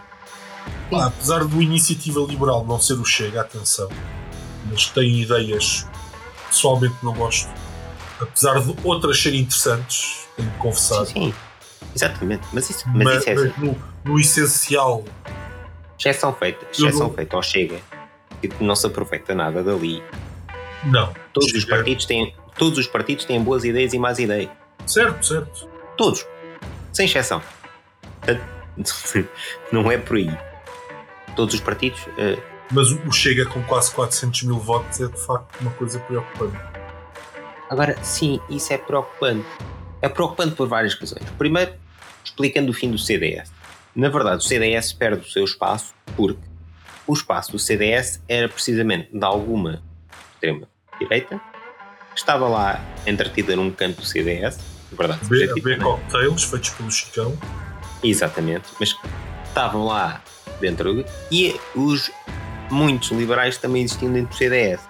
Speaker 2: Pá, apesar do Iniciativa Liberal não ser o Chega, atenção, mas tem ideias que pessoalmente não gosto. apesar de outras serem interessantes, tenho que confessar.
Speaker 1: Sim, sim. Exatamente. Mas isso, mas
Speaker 2: mas,
Speaker 1: isso é assim.
Speaker 2: mas no, no essencial,
Speaker 1: Já é são feitas,
Speaker 2: Eu
Speaker 1: já são
Speaker 2: não-
Speaker 1: feitas, ou chega. Tipo, não se aproveita nada dali.
Speaker 2: não.
Speaker 1: Todos os
Speaker 2: Chega.
Speaker 1: partidos têm, todos os partidos têm boas ideias e más ideias.
Speaker 2: Certo, certo.
Speaker 1: Todos. Sem exceção. Portanto, Não é por aí. Todos os partidos. eh,
Speaker 2: Mas o o Chega com quase 400 mil votos é de facto uma coisa preocupante.
Speaker 1: Agora, sim, isso é preocupante. É preocupante por várias razões. Primeiro, explicando o fim do CDS. Na verdade, o CDS perde o seu espaço porque o espaço do CDS era precisamente de alguma extrema-direita que estava lá entretida num canto do CDS. Na verdade,
Speaker 2: Ver,
Speaker 1: subjetivo,
Speaker 2: ver
Speaker 1: não é?
Speaker 2: cocktails feitos pelo Chicão.
Speaker 1: Exatamente, mas que estavam lá dentro e os muitos liberais também existiam dentro do CDS.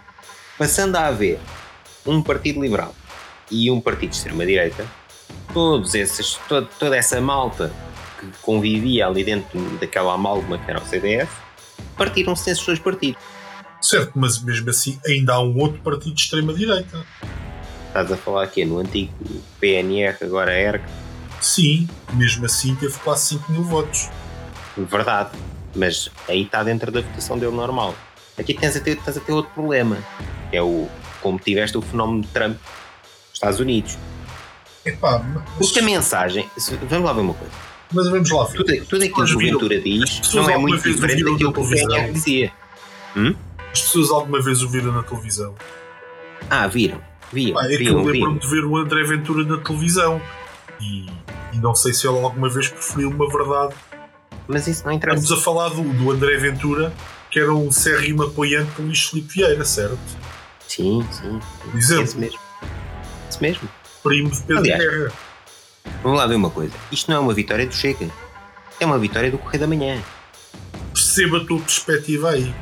Speaker 1: Passando a haver um partido liberal e um partido de extrema-direita, todos esses, to- toda essa malta que convivia ali dentro daquela amálgama que era o CDS, partiram-se nesses dois partidos.
Speaker 2: Certo, mas mesmo assim ainda há um outro partido de extrema-direita.
Speaker 1: Estás a falar aqui no antigo PNR, agora ERC,
Speaker 2: Sim, mesmo assim teve quase 5 mil votos.
Speaker 1: Verdade, mas aí está dentro da votação dele normal. Aqui tens a ter, tens a ter outro problema, que é o como tiveste o fenómeno de Trump nos Estados Unidos.
Speaker 2: Epá,
Speaker 1: Porque a
Speaker 2: mas,
Speaker 1: mensagem, se- vamos lá ver uma coisa,
Speaker 2: mas vamos lá ver.
Speaker 1: tudo, tudo aquilo que o
Speaker 2: Mas viram-
Speaker 1: Ventura diz
Speaker 2: pessoas
Speaker 1: não é
Speaker 2: alguma
Speaker 1: muito
Speaker 2: vez
Speaker 1: diferente
Speaker 2: ouviram
Speaker 1: daquilo
Speaker 2: na
Speaker 1: que o
Speaker 2: televisão?
Speaker 1: PNR dizia.
Speaker 2: As pessoas alguma vez o viram na televisão?
Speaker 1: Ah, viram, viram,
Speaker 2: Pá, é que eu
Speaker 1: viram,
Speaker 2: lembro-me
Speaker 1: viram.
Speaker 2: de ver o André Ventura na televisão. E, e não sei se ele alguma vez preferiu uma verdade
Speaker 1: Mas isso não interessa.
Speaker 2: Estamos a falar do, do André Ventura, que era um sérrimo apoiante do Luís Filipe Vieira, certo?
Speaker 1: Sim, sim,
Speaker 2: Por
Speaker 1: é
Speaker 2: exemplo,
Speaker 1: isso mesmo. Isso mesmo.
Speaker 2: primo de Pedro
Speaker 1: Aliás.
Speaker 2: Guerra.
Speaker 1: Vamos lá ver uma coisa, isto não é uma vitória do Chega, é uma vitória do Correio da Manhã.
Speaker 2: Perceba a tua perspectiva aí.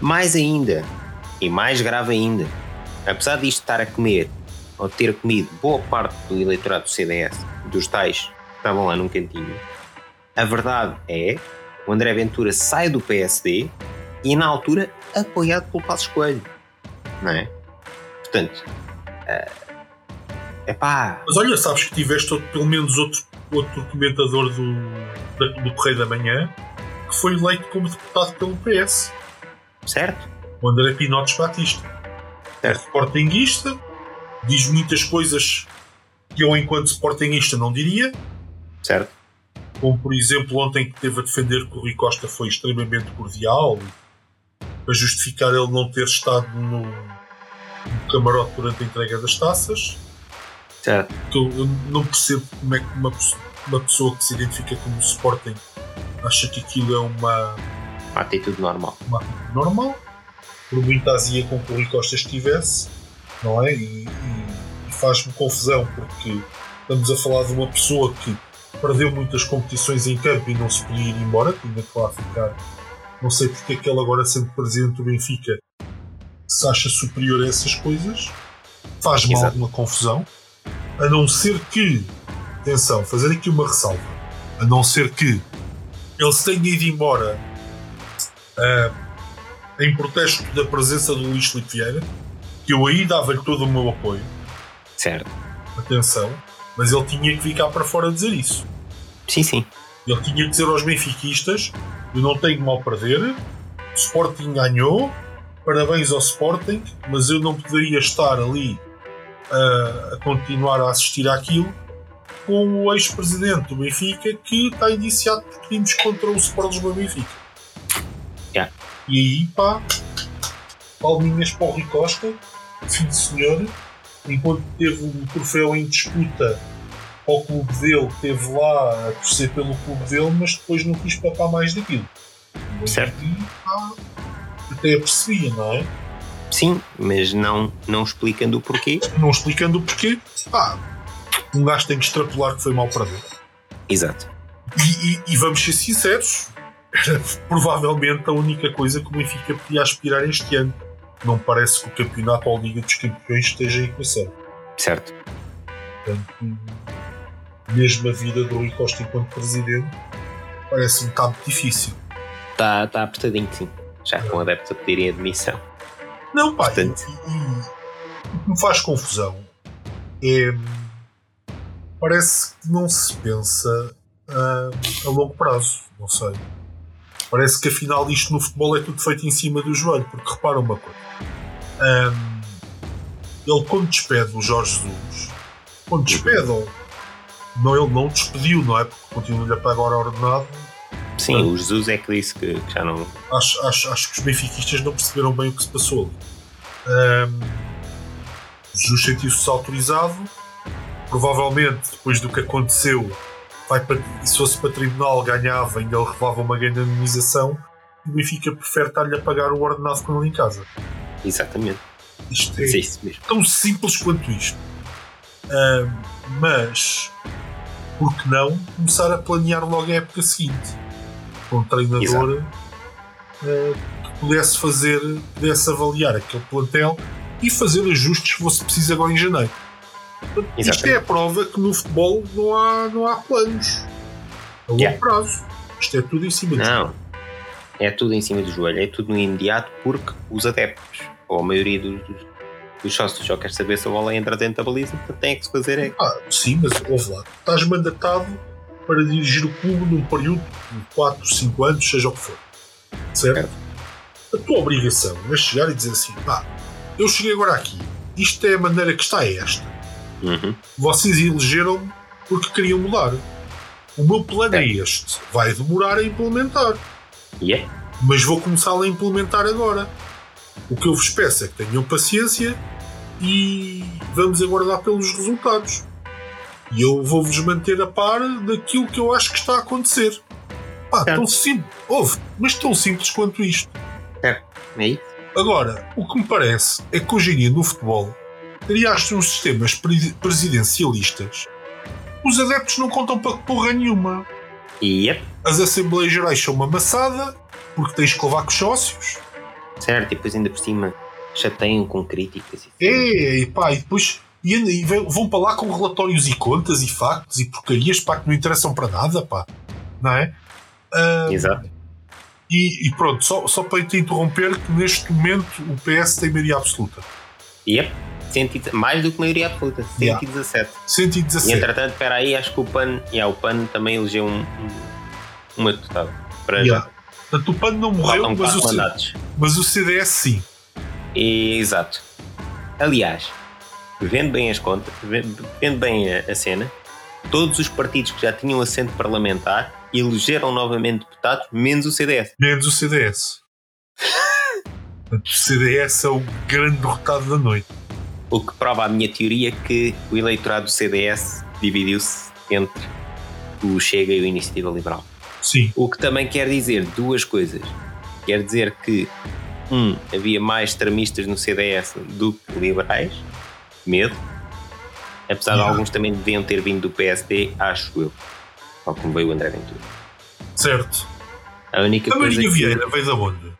Speaker 1: Mais ainda, e mais grave ainda, apesar de isto estar a comer, ou ter comido boa parte do eleitorado do CDS, dos tais que estavam lá num cantinho, a verdade é o André Ventura sai do PSD e, na altura, apoiado pelo Passos Coelho. Não é? Portanto, eh, é pá,
Speaker 2: Mas olha, sabes que tiveste outro- pelo menos outro, outro comentador do, da- do Correio da Manhã que foi eleito como deputado pelo PS,
Speaker 1: certo?
Speaker 2: o André Pinotes Batista. É
Speaker 1: Certo.
Speaker 2: sportinguista, diz muitas coisas que eu, enquanto sportinguista, não diria.
Speaker 1: Certo?
Speaker 2: como por exemplo ontem que teve a defender que o Rui Costa foi extremamente cordial para justificar ele não ter estado no, no camarote durante a entrega das taças
Speaker 1: Certo.
Speaker 2: que eu, eu não percebo como é que uma, pes- uma pessoa que se identifica como Sporting acha que aquilo é uma
Speaker 1: Uma atitude normal.
Speaker 2: uma atitude normal por muita azia com que o Rui Costa estivesse não é? E, e- e faz-me confusão porque estamos a falar de uma pessoa que perdeu muitas competições em campo e não se podia ir embora, tinha que lá ficar não sei porque é que ele agora sendo presidente do Benfica se acha superior a essas coisas faz-me
Speaker 1: Exato.
Speaker 2: alguma confusão a não ser que atenção, fazer aqui uma ressalva a não ser que ele se tenha ido embora ah, em protesto da presença do Luís Filipe Vieira, que eu aí dava-lhe todo o meu apoio,
Speaker 1: Certo.
Speaker 2: atenção, mas ele tinha que ficar para fora dizer isso.
Speaker 1: Sim, sim.
Speaker 2: Ele tinha que dizer aos benfiquistas: eu não tenho mal a perder, o Sporting ganhou, parabéns ao Sporting, mas eu não poderia estar ali ah, a continuar a assistir àquilo com o ex-presidente do Benfica que está indiciado por crimes contra o Sport Lisboa Benfica.
Speaker 1: Yeah.
Speaker 2: E aí, pá, palminhas para o Rui Costa, filho de senhor, enquanto teve o troféu em disputa ao clube dele, esteve lá a torcer pelo clube dele, mas depois não quis papar mais daquilo.
Speaker 1: Certo.
Speaker 2: E, pá, até percebia, não é?
Speaker 1: Sim, mas não, não explicando o porquê.
Speaker 2: Não explicando o porquê, pá, um gajo tem que extrapolar que foi mal para dele.
Speaker 1: Exato.
Speaker 2: E, e- e vamos ser sinceros, era provavelmente a única coisa que o Benfica podia aspirar este ano. Não parece que o campeonato ou a Liga dos Campeões esteja em equação.
Speaker 1: Certo.
Speaker 2: Portanto, mesmo a vida do Rui Costa enquanto presidente, parece-me que está muito difícil.
Speaker 1: Está tá apertadinho, sim. Já com adeptos a pedirem admissão.
Speaker 2: Não, pá,
Speaker 1: Portanto-
Speaker 2: e- e- e o que me faz confusão é, parece que não se pensa ah, a longo prazo, não sei. Parece que afinal isto no futebol é tudo feito em cima do joelho, porque repara uma coisa. Ah, ele quando despede o Jorge Jesus, quando despede, ou- não, ele não o despediu, não é? Porque continua-lhe a pagar ordenado.
Speaker 1: Sim, o Jesus é que disse que, que já não.
Speaker 2: Acho, acho, acho que os benfiquistas não perceberam bem o que se passou ali. Ahm, Jesus sentiu-se autorizado. Provavelmente, depois do que aconteceu, vai para, e se fosse para tribunal, ganhava, ainda ele levava uma grande indemnização. E o Benfica prefere estar-lhe a pagar o ordenado com ele em casa.
Speaker 1: Exatamente.
Speaker 2: Isto é,
Speaker 1: É isso mesmo.
Speaker 2: tão simples quanto isto. Ahm, mas, por que não começar a planear logo a época seguinte? Com um treinador ah, que pudesse fazer, pudesse avaliar aquele plantel e fazer ajustes se fosse preciso agora em janeiro. Portanto, Isto
Speaker 1: Exatamente.
Speaker 2: é a prova que no futebol não há, não há planos a longo
Speaker 1: Yeah.
Speaker 2: prazo. Isto é tudo em cima disso.
Speaker 1: Não. É tudo em cima do joelho, é tudo no imediato, porque os adeptos, ou a maioria dos, dos, dos sócios, só quer saber se a bola entra dentro da baliza, portanto tem que se fazer é.
Speaker 2: Ah, sim, mas ouve lá. Estás mandatado para dirigir o clube num período de 4, 5 anos, seja o que for. Certo? A tua obrigação é chegar e dizer assim: pá, eu cheguei agora aqui, isto é a maneira que está, é esta.
Speaker 1: Uhum.
Speaker 2: Vocês elegeram-me porque queriam mudar. O meu plano é
Speaker 1: É.
Speaker 2: este. Vai demorar a implementar,
Speaker 1: E é?
Speaker 2: mas vou começá-lo a implementar agora. O que eu vos peço é que tenham paciência e vamos aguardar pelos resultados. E eu vou-vos manter a par daquilo que eu acho que está a acontecer. Pá,
Speaker 1: Certo.
Speaker 2: tão simples. Houve, mas tão simples quanto isto.
Speaker 1: É isso?
Speaker 2: Agora, o que me parece é que hoje em dia no futebol criaste uns sistemas pre- presidencialistas. Os adeptos não contam para porra nenhuma.
Speaker 1: E é?
Speaker 2: As Assembleias Gerais são uma maçada, porque tens que levar com os sócios.
Speaker 1: Certo, e depois ainda por cima chateiam com críticas. e-
Speaker 2: É, e pá, e depois e, ainda- e vão- vão para lá com relatórios e contas e factos e porcarias, pá, que não interessam para nada, pá. Não é?
Speaker 1: Exato.
Speaker 2: E, e pronto, só, só para te interromper, que neste momento o PS tem maioria absoluta.
Speaker 1: E é? 100 Mais do que maioria absoluta, 117.
Speaker 2: 117.
Speaker 1: E entretanto, espera aí, acho que o PAN, yeah, o PAN também elegeu um, um, uma deputada. Para já.
Speaker 2: Yeah. Portanto, o PAN não morreu,
Speaker 1: Faltam
Speaker 2: mas
Speaker 1: quatro
Speaker 2: o, C-
Speaker 1: mandatos.
Speaker 2: mas o CDS sim.
Speaker 1: E, exato. Aliás, vendo bem as contas, vendo vendo bem a, a cena, todos os partidos que já tinham assento parlamentar elegeram novamente deputados, menos o CDS.
Speaker 2: menos o CDS. Portanto, o CDS é o grande derrotado da noite.
Speaker 1: O que prova a minha teoria que o eleitorado do CDS dividiu-se entre o Chega e o Iniciativa Liberal.
Speaker 2: Sim,
Speaker 1: O que também quer dizer duas coisas. Quer dizer que, um, havia mais extremistas no CDS do que liberais, medo, apesar de
Speaker 2: Yeah.
Speaker 1: alguns também deviam ter vindo do PSD, acho eu, tal como veio o André Ventura.
Speaker 2: certo.
Speaker 1: A única
Speaker 2: A
Speaker 1: coisa.
Speaker 2: Maria
Speaker 1: que- é.
Speaker 2: Vieira veio da onde?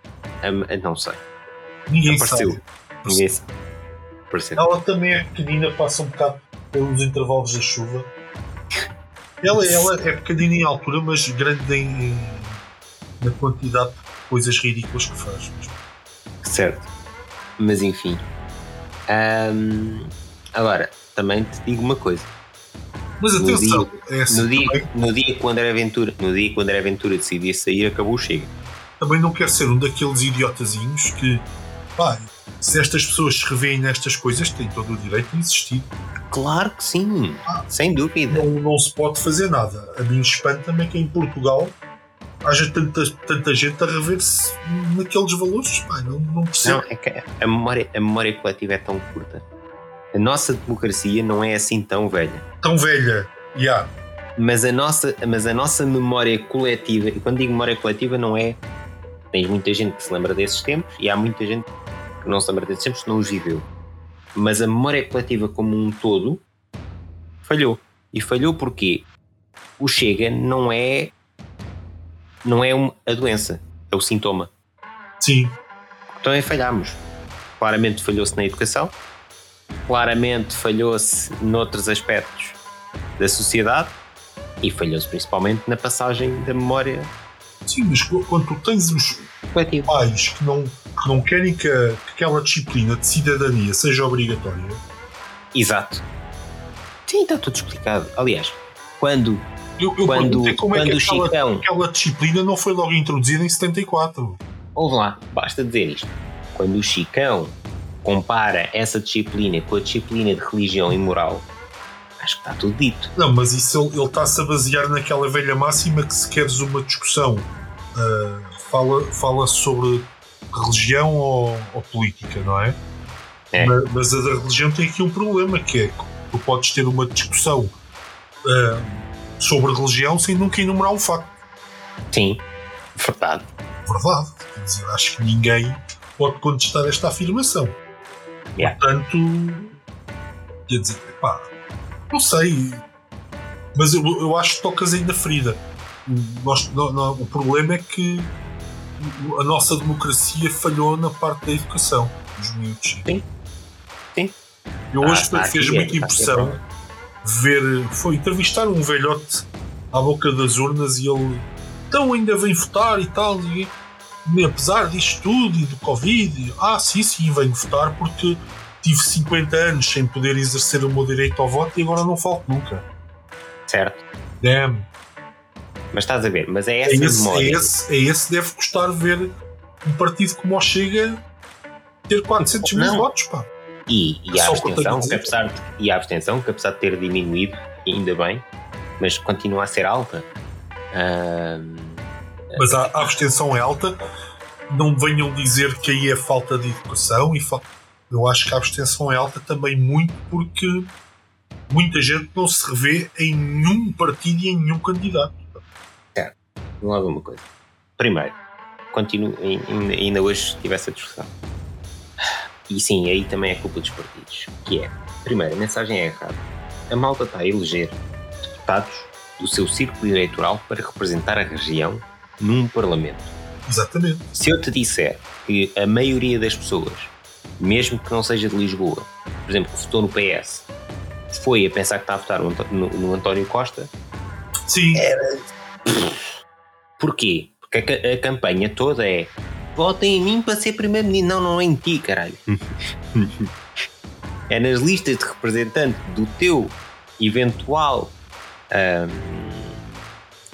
Speaker 1: a Ma- não sei,
Speaker 2: Ninguém
Speaker 1: apareceu.
Speaker 2: sabe.
Speaker 1: Ninguém sabe. Apareceu.
Speaker 2: Ela também é pequenina, passa um bocado pelos intervalos da chuva. Ela, ela é pequenina em altura, mas grande em, em- na quantidade de coisas ridículas que faz.
Speaker 1: Certo. Mas enfim. Ahm, agora, também te digo uma coisa.
Speaker 2: Mas
Speaker 1: No
Speaker 2: atenção, é assim,
Speaker 1: No dia,
Speaker 2: também,
Speaker 1: no dia que o André Ventura, no dia que o André Ventura decidia sair, acabou o Chega.
Speaker 2: também não quero ser um daqueles idiotazinhos que, pá, se estas pessoas se revêem nestas coisas, têm todo o direito de existir.
Speaker 1: Claro que sim, sem dúvida.
Speaker 2: não, não se pode fazer nada. A mim espanta-me é que em Portugal haja tanta, tanta gente a rever-se naqueles valores. Pá, não, não
Speaker 1: Não,
Speaker 2: percebo.
Speaker 1: é que a memória, a memória coletiva é tão curta. A nossa democracia não é assim tão velha.
Speaker 2: Tão velha. Yeah.
Speaker 1: Mas a nossa, mas a nossa memória coletiva, e quando digo memória coletiva, não é. Tens muita gente que se lembra desses tempos e há muita gente que não se lembra desses tempos, que não os viveu. Mas a memória coletiva como um todo falhou. E falhou porque o Chega não é. Não é um- a doença, é o sintoma.
Speaker 2: Sim.
Speaker 1: Então aí falhámos. Claramente falhou-se na educação, claramente falhou-se noutros aspectos da sociedade e falhou-se principalmente na passagem da memória
Speaker 2: Sim, mas qu- quando tu tens os
Speaker 1: coletiva.
Speaker 2: pais que não, que não querem que, a- que aquela disciplina de cidadania seja obrigatória,
Speaker 1: Exato. Sim, está tudo explicado. Aliás, quando,
Speaker 2: Eu, eu
Speaker 1: Quando-
Speaker 2: perguntei como é que
Speaker 1: quando o
Speaker 2: aquela,
Speaker 1: Chicão-
Speaker 2: aquela disciplina não foi logo introduzida em 74.
Speaker 1: ouve lá, basta dizer isto, quando o Chicão compara essa disciplina com a disciplina de religião e moral, acho que está tudo dito.
Speaker 2: Não, mas isso ele ele está-se a basear naquela velha máxima que se queres uma discussão ah, fala, fala sobre religião ou, ou política, não é?
Speaker 1: É.
Speaker 2: Ma- Mas, a da religião tem aqui um problema, que é que tu podes ter uma discussão ah, sobre religião sem nunca enumerar um facto.
Speaker 1: Sim, verdade.
Speaker 2: verdade. Quer dizer, acho que ninguém pode contestar esta afirmação.
Speaker 1: Yeah.
Speaker 2: Portanto, quer dizer, pá, não sei, mas eu, eu acho que tocas ainda ferida. Nós- nó- nó- o problema é que a nossa democracia falhou na parte da educação dos miúdos.
Speaker 1: Sim. Sim.
Speaker 2: Eu
Speaker 1: Ah,
Speaker 2: hoje
Speaker 1: está
Speaker 2: fez
Speaker 1: aqui, tá
Speaker 2: muita
Speaker 1: está aqui a
Speaker 2: impressão
Speaker 1: prova.
Speaker 2: ver. Foi entrevistar um velhote à boca das urnas e ele. Então ainda vem votar e tal. E, e apesar disto tudo e do Covid, e, ah, sim, sim, venho votar porque tive 50 anos sem poder exercer o meu direito ao voto e agora não falo nunca.
Speaker 1: Certo?
Speaker 2: Damn.
Speaker 1: Mas estás a ver, mas é
Speaker 2: É
Speaker 1: essa
Speaker 2: esse, é,
Speaker 1: memória.
Speaker 2: esse, é esse deve custar ver um partido como o Chega ter 400 mil
Speaker 1: Não.
Speaker 2: votos, pá.
Speaker 1: E, e a
Speaker 2: Só que eu
Speaker 1: abstenção,
Speaker 2: tenho que
Speaker 1: que
Speaker 2: dizer.
Speaker 1: apesar de, e a abstenção, que apesar de ter diminuído, e ainda bem, mas continua a ser alta. Ahm,
Speaker 2: Mas a, a abstenção é alta. Não venham dizer que aí é falta de educação. E fa- Eu acho que a abstenção é alta também muito porque muita gente não se revê em nenhum partido e em nenhum candidato.
Speaker 1: Vamos lá ver uma coisa. Primeiro, continuo, ai- ainda- ainda hoje tive essa discussão. E sim, aí também é culpa dos partidos. Que é, primeiro, a mensagem é errada. A malta está a eleger deputados do seu círculo eleitoral para representar a região num parlamento.
Speaker 2: Exatamente.
Speaker 1: Se eu te disser que a maioria das pessoas, mesmo que não seja de Lisboa, por exemplo, que votou no PS, foi a pensar que está a votar no Anto- no- no António Costa,
Speaker 2: Sim,
Speaker 1: Porquê? Porque a, ca- a campanha toda é votem em mim para ser primeiro-ministro. Não, não é em ti, caralho. é nas listas de representante do teu eventual ahm,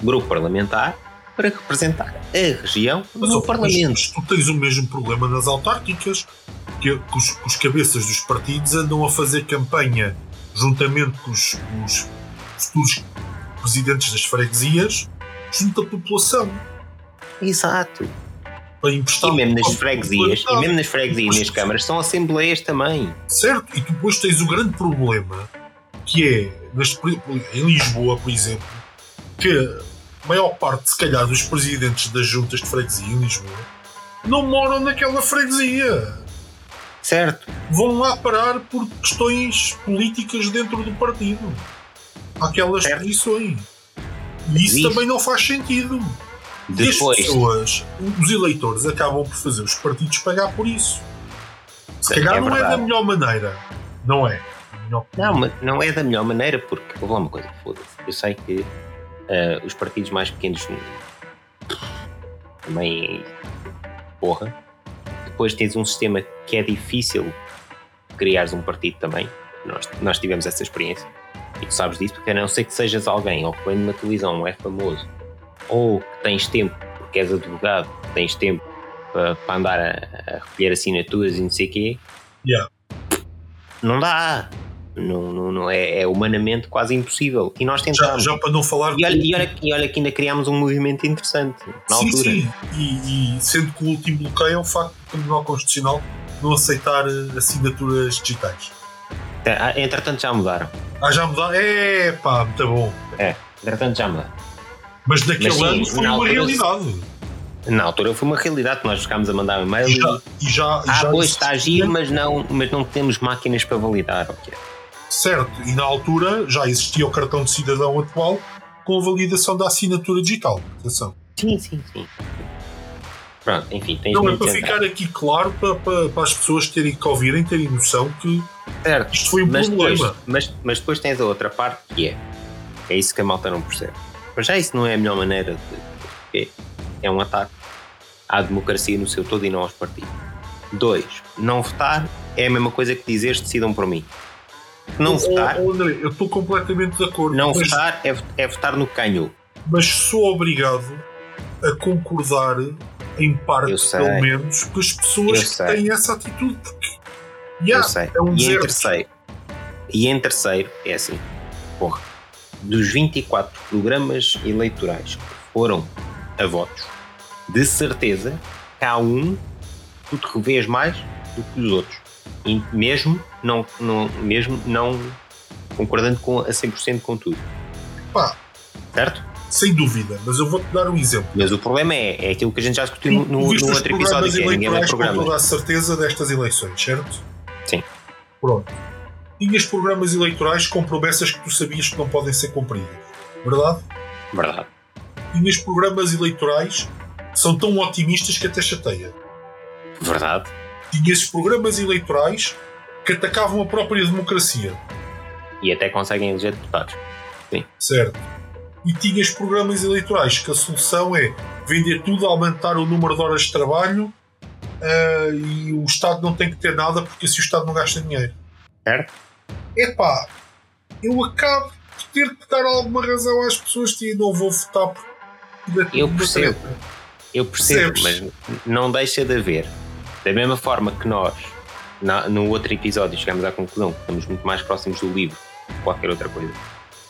Speaker 1: grupo parlamentar para representar a região
Speaker 2: mas,
Speaker 1: no
Speaker 2: ó,
Speaker 1: Parlamento.
Speaker 2: mas tu tens o mesmo problema nas autárquicas que, que os, que os cabeças dos partidos andam a fazer campanha juntamente com os, com os futuros presidentes das freguesias junto à população
Speaker 1: Exato.
Speaker 2: para emprestar
Speaker 1: E mesmo nas
Speaker 2: votos à
Speaker 1: freguesias, e
Speaker 2: população.
Speaker 1: mesmo nas freguesias e nas câmaras, são assembleias também.
Speaker 2: Certo, e tu depois tens o grande problema que é nas pre- em Lisboa, por exemplo, que a maior parte, se calhar, dos presidentes das juntas de freguesia em Lisboa não moram naquela freguesia.
Speaker 1: Certo?
Speaker 2: Vão lá parar por questões políticas dentro do partido. Aquelas
Speaker 1: Certo.
Speaker 2: posições. E isso
Speaker 1: Existe.
Speaker 2: também não faz sentido. E as
Speaker 1: Depois.
Speaker 2: pessoas, os eleitores, acabam por fazer os partidos pagar por isso. Se
Speaker 1: Sim,
Speaker 2: calhar
Speaker 1: é
Speaker 2: não é da
Speaker 1: verdade.
Speaker 2: melhor maneira. Não é. Melhor-
Speaker 1: Não, mas não é da melhor maneira porque, vou falar uma coisa, foda-se. Eu sei que ah, os partidos mais pequenos também. Porra. Depois tens um sistema que é difícil criares um partido também. Nós, nós tivemos essa experiência. E tu sabes disso porque a não ser que sejas alguém ou que vem de uma televisão ou é famoso ou que tens tempo porque és advogado, tens tempo para, para andar a, a recolher assinaturas e não sei o quê.
Speaker 2: Yeah.
Speaker 1: Não dá. Não, não, não é, é humanamente quase impossível. E nós
Speaker 2: Já,
Speaker 1: tentámos.
Speaker 2: já para não falar.
Speaker 1: Então, E, olha, e, olha, e olha que ainda criámos um movimento interessante na
Speaker 2: sim,
Speaker 1: altura.
Speaker 2: sim. E, e sendo que o último bloqueio é o facto do Tribunal Constitucional não aceitar eh, assinaturas digitais.
Speaker 1: Ah, Entretanto já mudaram.
Speaker 2: Ah, já mudar? É, pá, muito bom.
Speaker 1: Entretanto já mudaram.
Speaker 2: Mas naquele
Speaker 1: Mas sim,
Speaker 2: ano foi
Speaker 1: na
Speaker 2: uma
Speaker 1: altura-
Speaker 2: realidade.
Speaker 1: Na altura foi uma realidade que nós ficámos a mandar e-mail
Speaker 2: E
Speaker 1: e.
Speaker 2: já, e já, e
Speaker 1: Ah,
Speaker 2: já
Speaker 1: pois está a agir,
Speaker 2: existia-
Speaker 1: mas não, mas não temos máquinas para validar. ok.
Speaker 2: Certo, e na altura já existia o cartão de cidadão atual com a validação da assinatura digital. Atenção.
Speaker 1: Sim, sim, sim. Pronto, enfim, tens
Speaker 2: Não, é
Speaker 1: muito
Speaker 2: para
Speaker 1: de entrar.
Speaker 2: ficar aqui claro, para, para, para as pessoas terem que ouvirem, terem noção que
Speaker 1: Certo.
Speaker 2: isto foi um
Speaker 1: mas depois,
Speaker 2: problema.
Speaker 1: mas, mas depois tens a outra parte que é é isso que a malta não percebe mas já isso não é a melhor maneira de, é, é um ataque à democracia no seu todo e não aos partidos dois, não votar é a mesma coisa que dizeres decidam por mim Não votar,
Speaker 2: Oh, oh, André, eu estou completamente de acordo.
Speaker 1: não
Speaker 2: mas,
Speaker 1: votar é, vo- é votar no canho.
Speaker 2: mas sou obrigado a concordar, em parte,
Speaker 1: Eu sei.
Speaker 2: pelo menos, com as pessoas
Speaker 1: Eu
Speaker 2: que
Speaker 1: sei.
Speaker 2: têm essa atitude. Porque,
Speaker 1: eu
Speaker 2: yeah,
Speaker 1: sei.
Speaker 2: é um
Speaker 1: e em
Speaker 2: deserto.
Speaker 1: terceiro. E em terceiro é assim. Porra, dos 24 programas eleitorais que foram a votos, de certeza que há um que tu te revês mais do que os outros. E mesmo não, não, mesmo não concordando com, a 100% com tudo.
Speaker 2: Pá.
Speaker 1: Certo?
Speaker 2: sem dúvida, mas eu vou-te dar um exemplo.
Speaker 1: Mas o problema é, é aquilo que a gente já discutiu no, no-
Speaker 2: Tu viste
Speaker 1: no
Speaker 2: os
Speaker 1: outro episódio,
Speaker 2: programas
Speaker 1: que é ninguém vai
Speaker 2: eleitorais com
Speaker 1: programas.
Speaker 2: toda a certeza destas eleições, certo?
Speaker 1: Sim.
Speaker 2: Pronto. Tinhas programas eleitorais com promessas que tu sabias que não podem ser cumpridas, verdade?
Speaker 1: Verdade.
Speaker 2: Tinhas programas eleitorais que são tão otimistas que até chateia.
Speaker 1: Verdade.
Speaker 2: Tinhas programas eleitorais que atacavam a própria democracia,
Speaker 1: E até conseguem eleger deputados.
Speaker 2: certo? E tinhas programas eleitorais que a solução é vender tudo, aumentar o número de horas de trabalho ah, e o Estado não tem que ter nada porque assim o Estado não gasta dinheiro.
Speaker 1: Certo?
Speaker 2: epá, eu acabo de ter que dar alguma razão às pessoas que não vou votar por tudo aquilo
Speaker 1: Eu
Speaker 2: que me
Speaker 1: percebo.
Speaker 2: interessa.
Speaker 1: Eu percebo,
Speaker 2: Percebes?
Speaker 1: mas não deixa de haver. Da mesma forma que nós, na- no outro episódio, chegamos à conclusão que estamos muito mais próximos do livro que de qualquer outra coisa.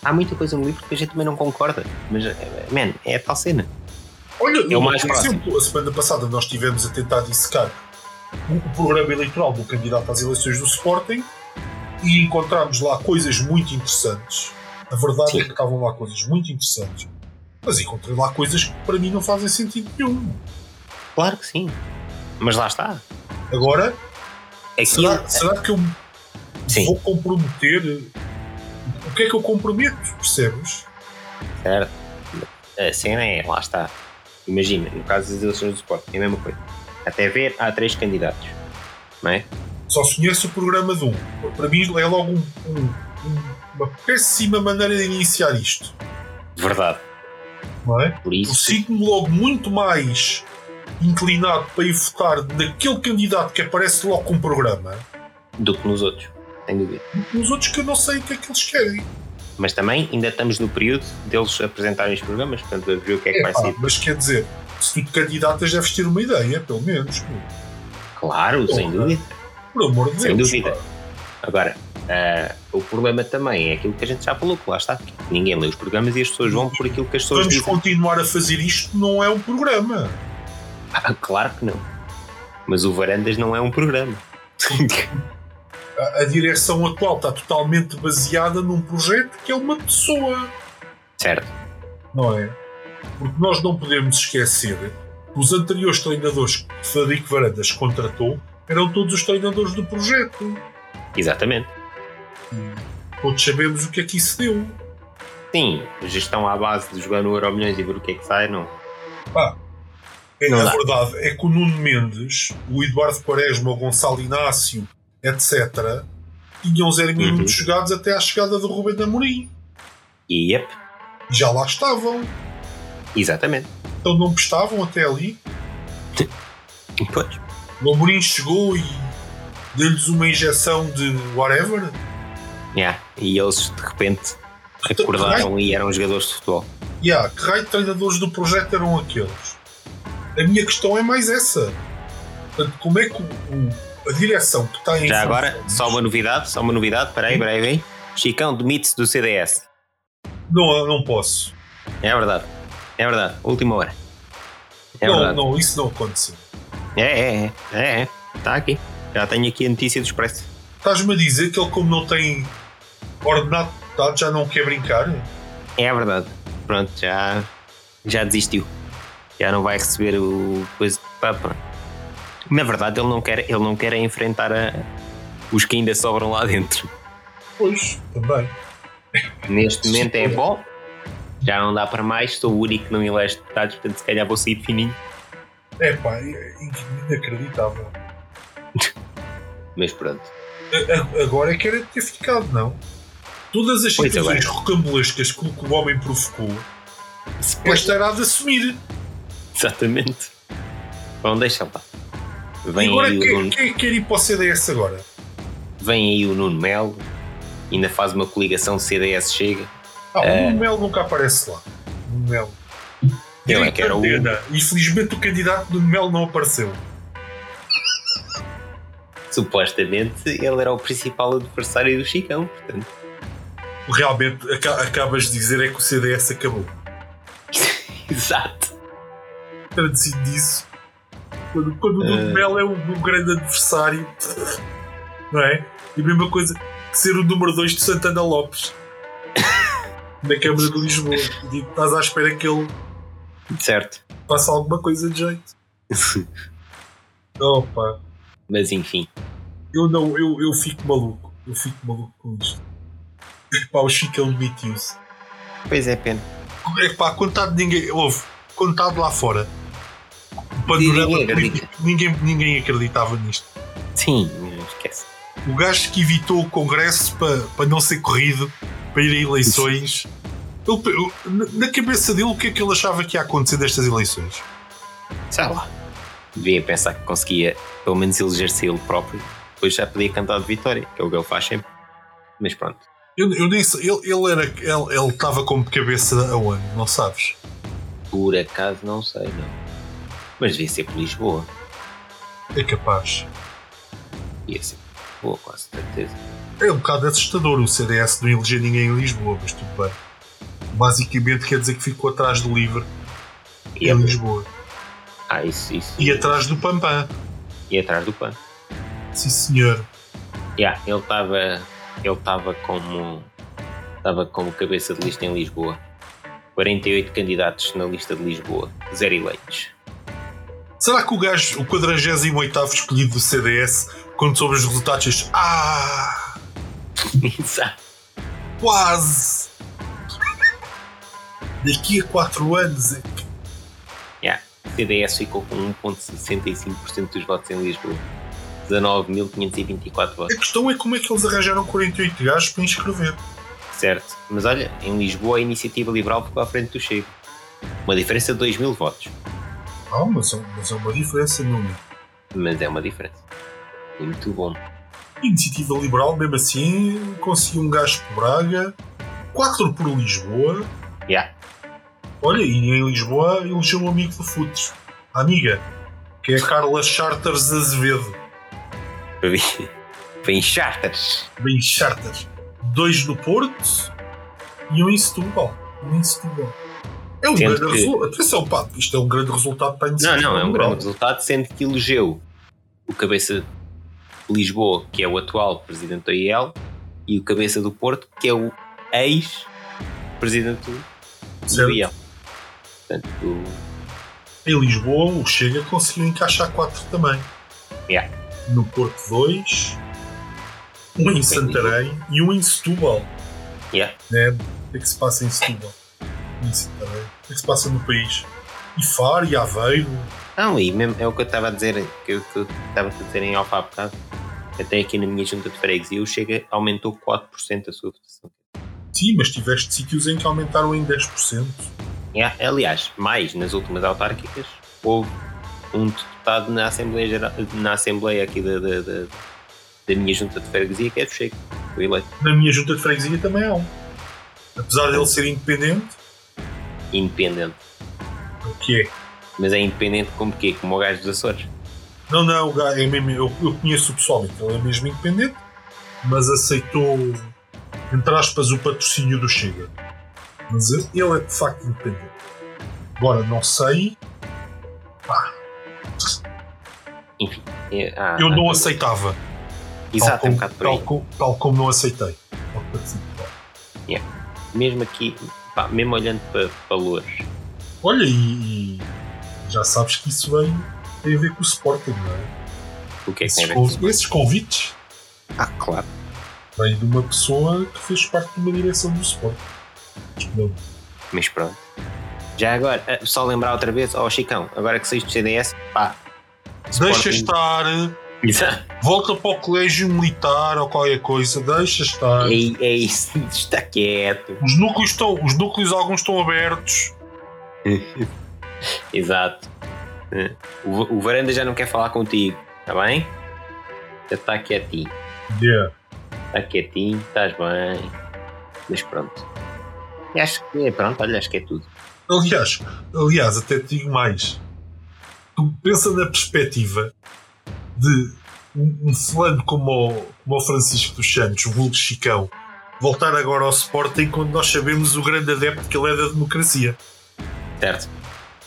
Speaker 1: Há muita coisa no livro que a gente também não concorda. Mas, eh, man, é a tal cena.
Speaker 2: Olha,
Speaker 1: É o mais
Speaker 2: por
Speaker 1: próximo.
Speaker 2: exemplo, a semana passada nós estivemos a tentar dissecar o programa eleitoral do candidato às eleições do Sporting e encontramos lá coisas muito interessantes. A verdade
Speaker 1: Sim.
Speaker 2: é que estavam lá coisas muito interessantes, mas encontrei lá coisas que para mim não fazem sentido nenhum.
Speaker 1: Claro que sim. Mas lá está.
Speaker 2: Agora,
Speaker 1: Aquilo,
Speaker 2: será, será que eu
Speaker 1: Sim.
Speaker 2: vou comprometer? O que é que eu comprometo? Percebes?
Speaker 1: Certo. A cena é, lá está. Imagina, no caso das eleições do Sporting, é a mesma coisa. Até ver, há três candidatos. Não é?
Speaker 2: Só se conhece o programa de um. Para mim é logo um- um- um- uma péssima maneira de iniciar isto.
Speaker 1: Verdade.
Speaker 2: Não é?
Speaker 1: Por
Speaker 2: Eu
Speaker 1: isso,
Speaker 2: sinto-me logo muito mais inclinado para ir votar naquele candidato que aparece logo com o programa
Speaker 1: do que nos outros. Sem dúvida.
Speaker 2: do que nos outros que eu não sei o que é que eles querem.
Speaker 1: Mas também ainda estamos no período deles apresentarem os programas, portanto, vamos ver o que é que vai
Speaker 2: Epá,
Speaker 1: ser.
Speaker 2: mas quer dizer, se tu te candidatas deves ter uma ideia, pelo menos. pô.
Speaker 1: Claro, sem
Speaker 2: Porra.
Speaker 1: dúvida.
Speaker 2: Por amor de
Speaker 1: Sem
Speaker 2: Deus.
Speaker 1: dúvida.
Speaker 2: pá.
Speaker 1: Agora, ah, o problema também é aquilo que a gente já falou, que lá está, que ninguém lê os programas e as pessoas vão por aquilo que as pessoas
Speaker 2: Vamos
Speaker 1: dizem.
Speaker 2: continuar a fazer isto, não é um programa.
Speaker 1: Ah, claro que não. Mas o Varandas não é um programa.
Speaker 2: A, a direção atual está totalmente baseada num projeto que é uma pessoa.
Speaker 1: certo,
Speaker 2: não é? Porque nós não podemos esquecer que os anteriores treinadores que Frederico Varandas contratou eram todos os treinadores do projeto.
Speaker 1: exatamente.
Speaker 2: Todos sabemos o que é que isso deu.
Speaker 1: Sim, gestão à base de jogar no Euro Milhões e ver o que é que sai, não.
Speaker 2: É,
Speaker 1: Não
Speaker 2: a
Speaker 1: dá.
Speaker 2: verdade é que o Nuno Mendes, o Eduardo Quaresma, o Gonçalo Inácio, etc., tinham zero
Speaker 1: Uhum.
Speaker 2: minutos jogados até à chegada do Rubén Amorim.
Speaker 1: E yep,
Speaker 2: E Já lá estavam.
Speaker 1: exatamente.
Speaker 2: Então não prestavam até ali.
Speaker 1: Pois.
Speaker 2: O Amorim chegou e deu-lhes uma injeção de whatever.
Speaker 1: Yeah. E eles de repente acordaram e eram jogadores de futebol.
Speaker 2: Yeah, que raio de treinadores do projeto eram aqueles? A minha questão é mais essa. Portanto, como é que o- o- a direção que está em.
Speaker 1: Já agora,
Speaker 2: funções-
Speaker 1: só uma novidade, só uma novidade, peraí, peraí, vem. Chicão demite-se do CDS.
Speaker 2: Não, eu não posso.
Speaker 1: É verdade. É verdade. Última hora. É
Speaker 2: não,
Speaker 1: verdade.
Speaker 2: não, isso não aconteceu.
Speaker 1: É, é, é, é, é. Está aqui. Já tenho aqui a notícia do Expresso.
Speaker 2: Estás-me a dizer que ele, como não tem ordenado de deputado, já não quer brincar?
Speaker 1: É verdade. Pronto, já, já desistiu. Já não vai receber o coisa. pá, pronto. Na verdade, ele não quer, ele não quer é enfrentar a- os que ainda sobram lá dentro.
Speaker 2: Pois, também.
Speaker 1: Neste momento é bom. Já não dá para mais. Sou o único que não elege deputados, portanto, se calhar vou sair de fininho.
Speaker 2: É pá, é inacreditável.
Speaker 1: Mas pronto.
Speaker 2: A- a- Agora é que era de ter ficado, não? Todas as
Speaker 1: Pois é,
Speaker 2: situações rocambolescas que o que o homem provocou, esta era a de assumir.
Speaker 1: Exatamente. Bom, deixa lá.
Speaker 2: E
Speaker 1: Vem
Speaker 2: agora
Speaker 1: aí, o
Speaker 2: quem,
Speaker 1: Nuno,
Speaker 2: quem é que quer ir para o CDS agora?
Speaker 1: vem aí o Nuno Melo, ainda faz uma coligação CDS-Chega.
Speaker 2: Ah, o Melo nunca aparece lá. O Melo.
Speaker 1: Eu É. é que era o.
Speaker 2: Pena. Infelizmente o candidato do Melo não apareceu.
Speaker 1: Supostamente ele era o principal adversário do Chicão, portanto.
Speaker 2: Realmente aca- acabas de dizer é que o CDS acabou.
Speaker 1: Exato.
Speaker 2: Traduzido disso, quando, quando
Speaker 1: Eh.
Speaker 2: o Melo é o, o grande adversário, não é? E a mesma coisa que ser o número 2 de Santana Lopes na Câmara de Lisboa. E estás à espera que ele
Speaker 1: Certo.
Speaker 2: faça alguma coisa de jeito. Opa.
Speaker 1: Mas enfim.
Speaker 2: Eu não, eu, eu fico maluco. Eu fico maluco com isto. Epá, o Chico demitiu-se.
Speaker 1: Pois é, pena.
Speaker 2: Epá, contado ninguém. Houve, contado lá fora. O panorama
Speaker 1: Ninguém
Speaker 2: político,
Speaker 1: acredita.
Speaker 2: ninguém, ninguém acreditava nisto.
Speaker 1: Sim, esquece.
Speaker 2: O gajo que evitou o Congresso para para não ser corrido, para ir a eleições. Ele pe- eu- na- na cabeça dele, o que é que ele achava que ia acontecer destas eleições?
Speaker 1: Sei lá. Devia pensar que conseguia pelo menos eleger-se ele próprio. Depois já podia cantar de vitória, que é o que ele faz sempre. Mas pronto.
Speaker 2: Eu, eu nem sei. Ele, ele era. Ele ele estava como cabeça aonde? Não sabes?
Speaker 1: Por acaso não sei, não. Mas devia ser por Lisboa.
Speaker 2: É capaz.
Speaker 1: Devia ser por Lisboa, com certeza.
Speaker 2: É um bocado assustador o CDS não eleger ninguém em Lisboa, mas tudo bem. Basicamente quer dizer que ficou atrás do Livre
Speaker 1: E
Speaker 2: em
Speaker 1: é-
Speaker 2: Lisboa.
Speaker 1: Ah, isso, isso.
Speaker 2: E atrás do Pampam.
Speaker 1: E atrás do PAN.
Speaker 2: Sim senhor.
Speaker 1: Yeah, ele estava. Ele estava como. Estava como cabeça de lista em Lisboa. 48 candidatos na lista de Lisboa. Zero eleitos.
Speaker 2: Será que o gajo, o 48 escolhido do CDS, quando soube os resultados, diz Ah!
Speaker 1: Exato.
Speaker 2: Quase! Daqui a 4 anos. é que-"
Speaker 1: Yeah. O CDS ficou com 1,65% dos votos em Lisboa. 19.524 votos,
Speaker 2: A questão é como é que eles arranjaram 48 gajos para inscrever.
Speaker 1: certo? Mas olha, em Lisboa a iniciativa liberal ficou à frente do Chega. Uma diferença de 2 mil votos.
Speaker 2: Ah, mas é, mas é uma diferença, meu amigo.
Speaker 1: Mas é uma diferença. Muito bom.
Speaker 2: Iniciativa Liberal, mesmo assim, conseguiu um gajo por Braga, quatro por Lisboa.
Speaker 1: Yeah.
Speaker 2: Olha, e em Lisboa elegeu um amigo do Futres, a amiga, que é a Carla Charters Azevedo.
Speaker 1: Foi em charters.
Speaker 2: Bem, Charters. Dois no Porto e um em Setúbal. Um em Setúbal. É um
Speaker 1: Sendo
Speaker 2: grande
Speaker 1: que-
Speaker 2: resultado. Atenção, pá, isto é um grande resultado para a
Speaker 1: Não,
Speaker 2: iniciativa
Speaker 1: não, é um
Speaker 2: Liberal.
Speaker 1: grande resultado, sendo que elegeu o cabeça de Lisboa, que é o atual presidente da IEL, e o cabeça do Porto, que é o ex-presidente do- do
Speaker 2: Certo.
Speaker 1: IEL. Portanto,
Speaker 2: Em Lisboa, o Chega conseguiu encaixar 4 também.
Speaker 1: Yeah.
Speaker 2: No Porto 2, um em Santarém e um em Setúbal.
Speaker 1: Yeah.
Speaker 2: Né? O que é que se passa em Setúbal? Em Santarém. O que é que se passa no país? E Faro e Aveiro.
Speaker 1: Não, e mesmo é o que eu estava a dizer, que eu que eu estava a dizer em alfa há bocado, até aqui na minha junta de freguesia, o Chega aumentou 4% a sua votação.
Speaker 2: Sim, mas tiveste sítios em que aumentaram em 10%.
Speaker 1: E há- Aliás, mais, nas últimas autárquicas, houve um deputado na Assembleia, Geral- na Assembleia aqui da, da, da, da minha junta de freguesia, que é do Chega, foi eleito.
Speaker 2: Na minha junta de freguesia também há um. Apesar dele ser independente,
Speaker 1: Independente.
Speaker 2: o que é?
Speaker 1: Mas é independente como quê? Como o gajo dos Açores.
Speaker 2: Não, não, o gajo é mesmo, eu, eu conheço pessoalmente, ele é mesmo independente, mas aceitou, entre aspas, o patrocínio do Chega. Mas ele é de facto independente. Agora, não sei,
Speaker 1: É, ah,
Speaker 2: eu
Speaker 1: ah,
Speaker 2: não
Speaker 1: ah,
Speaker 2: aceitava.
Speaker 1: Exato, é um
Speaker 2: tal,
Speaker 1: bocado
Speaker 2: como,
Speaker 1: por aí.
Speaker 2: tal, co- tal como não aceitei. Ao Partido Popular.
Speaker 1: Mesmo aqui, pá, mesmo olhando para, para Loures,
Speaker 2: Olha, e, e já sabes que isso vem, tem a ver com o Sporting, não é?
Speaker 1: o que é que tem
Speaker 2: esses,
Speaker 1: a ver com isso?
Speaker 2: conv- esses convites
Speaker 1: Ah, claro.
Speaker 2: vêm de uma pessoa que fez parte de uma direção do Sporting. Não,
Speaker 1: Mas pronto. Já agora, ah, só lembrar outra vez, ó Chicão, agora que saíste do CDS, pá. Sporting-
Speaker 2: Deixa estar, eh,
Speaker 1: Exato.
Speaker 2: volta para o colégio militar ou qualquer coisa, deixa estar.
Speaker 1: É, é isso, está quieto.
Speaker 2: Os núcleos estão, os núcleos alguns estão abertos.
Speaker 1: Exato. É. O, o tá Varanda já não quer falar contigo, está bem? Já está quietinho. Está tá quietinho, estás bem. Mas pronto. E Acho que, pronto, olha, acho que é tudo.
Speaker 2: Aliás, aliás, até te digo mais. Tu pensa na perspectiva de um, um fulano como o, como o Francisco dos Santos, o vulgo Chicão, voltar agora ao Sporting quando nós sabemos o grande adepto que ele é da democracia.
Speaker 1: Certo?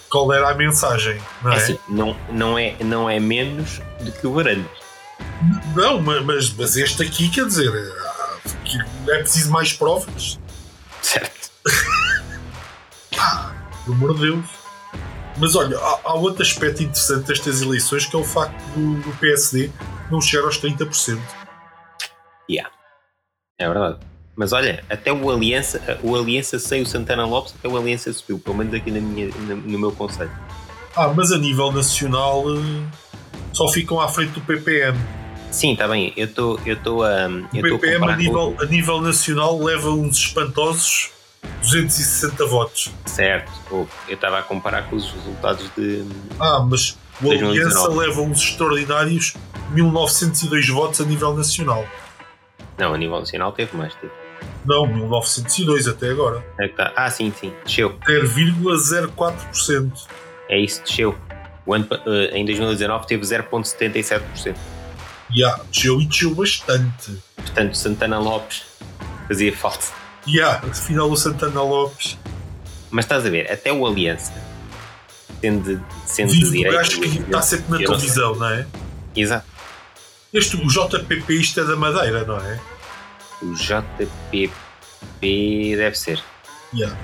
Speaker 2: Qual era a mensagem, não
Speaker 1: É
Speaker 2: é?
Speaker 1: assim, não, não, é, não é menos do que o Varandas.
Speaker 2: Não, ma- mas, mas este aqui, quer dizer, ah, que é preciso mais provas.
Speaker 1: Certo?
Speaker 2: Pelo amor de Deus. Mas olha, há, há outro aspecto interessante destas eleições que é o facto do, do PSD não chegar aos 30%.
Speaker 1: É verdade. Mas olha, até o Aliança, o Aliança sem o Santana Lopes, até o Aliança subiu, pelo menos aqui na minha, na- no meu conselho.
Speaker 2: Ah, mas a nível nacional eh, só ficam à frente do PPM.
Speaker 1: Sim, está bem, eu estou eu estou a.
Speaker 2: O é
Speaker 1: eu estou a
Speaker 2: PPM a
Speaker 1: comparar com
Speaker 2: nível, a nível nacional leva uns espantosos 260 votos.
Speaker 1: o- Certo, ou eu estava a comparar com os resultados de.
Speaker 2: Ah, mas o Aliança
Speaker 1: 2019.
Speaker 2: leva uns extraordinários 1902 votos a nível nacional.
Speaker 1: Não, a nível nacional teve mais, teve.
Speaker 2: Não, 1902 até agora.
Speaker 1: É que tá- Ah, sim, sim, desceu.
Speaker 2: 0,04%.
Speaker 1: É isso, desceu. O ano, pa- eh, em 2019 teve 0,77%.
Speaker 2: Yeah, desceu e desceu bastante.
Speaker 1: Portanto, Santana Lopes fazia falta.
Speaker 2: Yeah, afinal o Santana Lopes.
Speaker 1: Mas estás a ver, até o Aliança, sendo, de- sendo de
Speaker 2: Vive do
Speaker 1: direita.
Speaker 2: gajo que tá- está sempre na
Speaker 1: eu não sei.
Speaker 2: televisão, não é?
Speaker 1: Exato.
Speaker 2: Este, o JPP, isto é da Madeira, não é?
Speaker 1: O JPP deve ser.
Speaker 2: Yeah.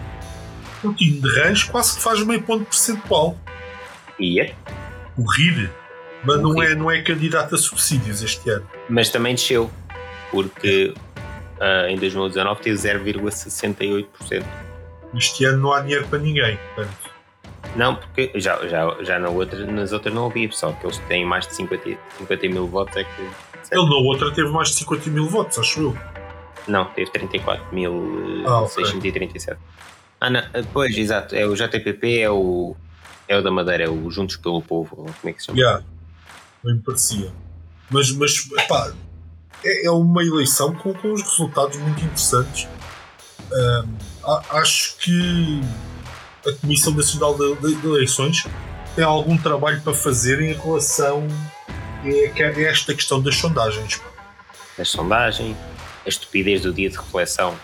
Speaker 2: O Um time de Rãs quase que faz meio ponto percentual.
Speaker 1: E é.
Speaker 2: O RIR. Mas
Speaker 1: O
Speaker 2: não
Speaker 1: RIR.
Speaker 2: é, não é candidato a subsídios este ano.
Speaker 1: Mas também desceu, porque ah, em 2019 teve 0,68%.
Speaker 2: Este ano não há dinheiro para ninguém. portanto.
Speaker 1: Não, porque já, já, já na outra, nas outras não havia, só que eles têm mais de 50, 50 mil votos é que.
Speaker 2: Ele na outra teve mais de 50 mil votos, acho eu.
Speaker 1: Não, teve 34.637.
Speaker 2: Ah,
Speaker 1: Ah,
Speaker 2: ok.
Speaker 1: não, ah, pois, exato. É o JPP, é o, é o da Madeira, é o Juntos pelo Povo, ou como é que se chama?
Speaker 2: Yeah. Bem me parecia. Mas, mas pá, é, é uma eleição com, com uns resultados muito interessantes. Ahm, a- acho que a Comissão Nacional de, de- de Eleições tem algum trabalho para fazer em relação a que- a esta questão das sondagens. pá.
Speaker 1: As sondagens, a estupidez do dia de reflexão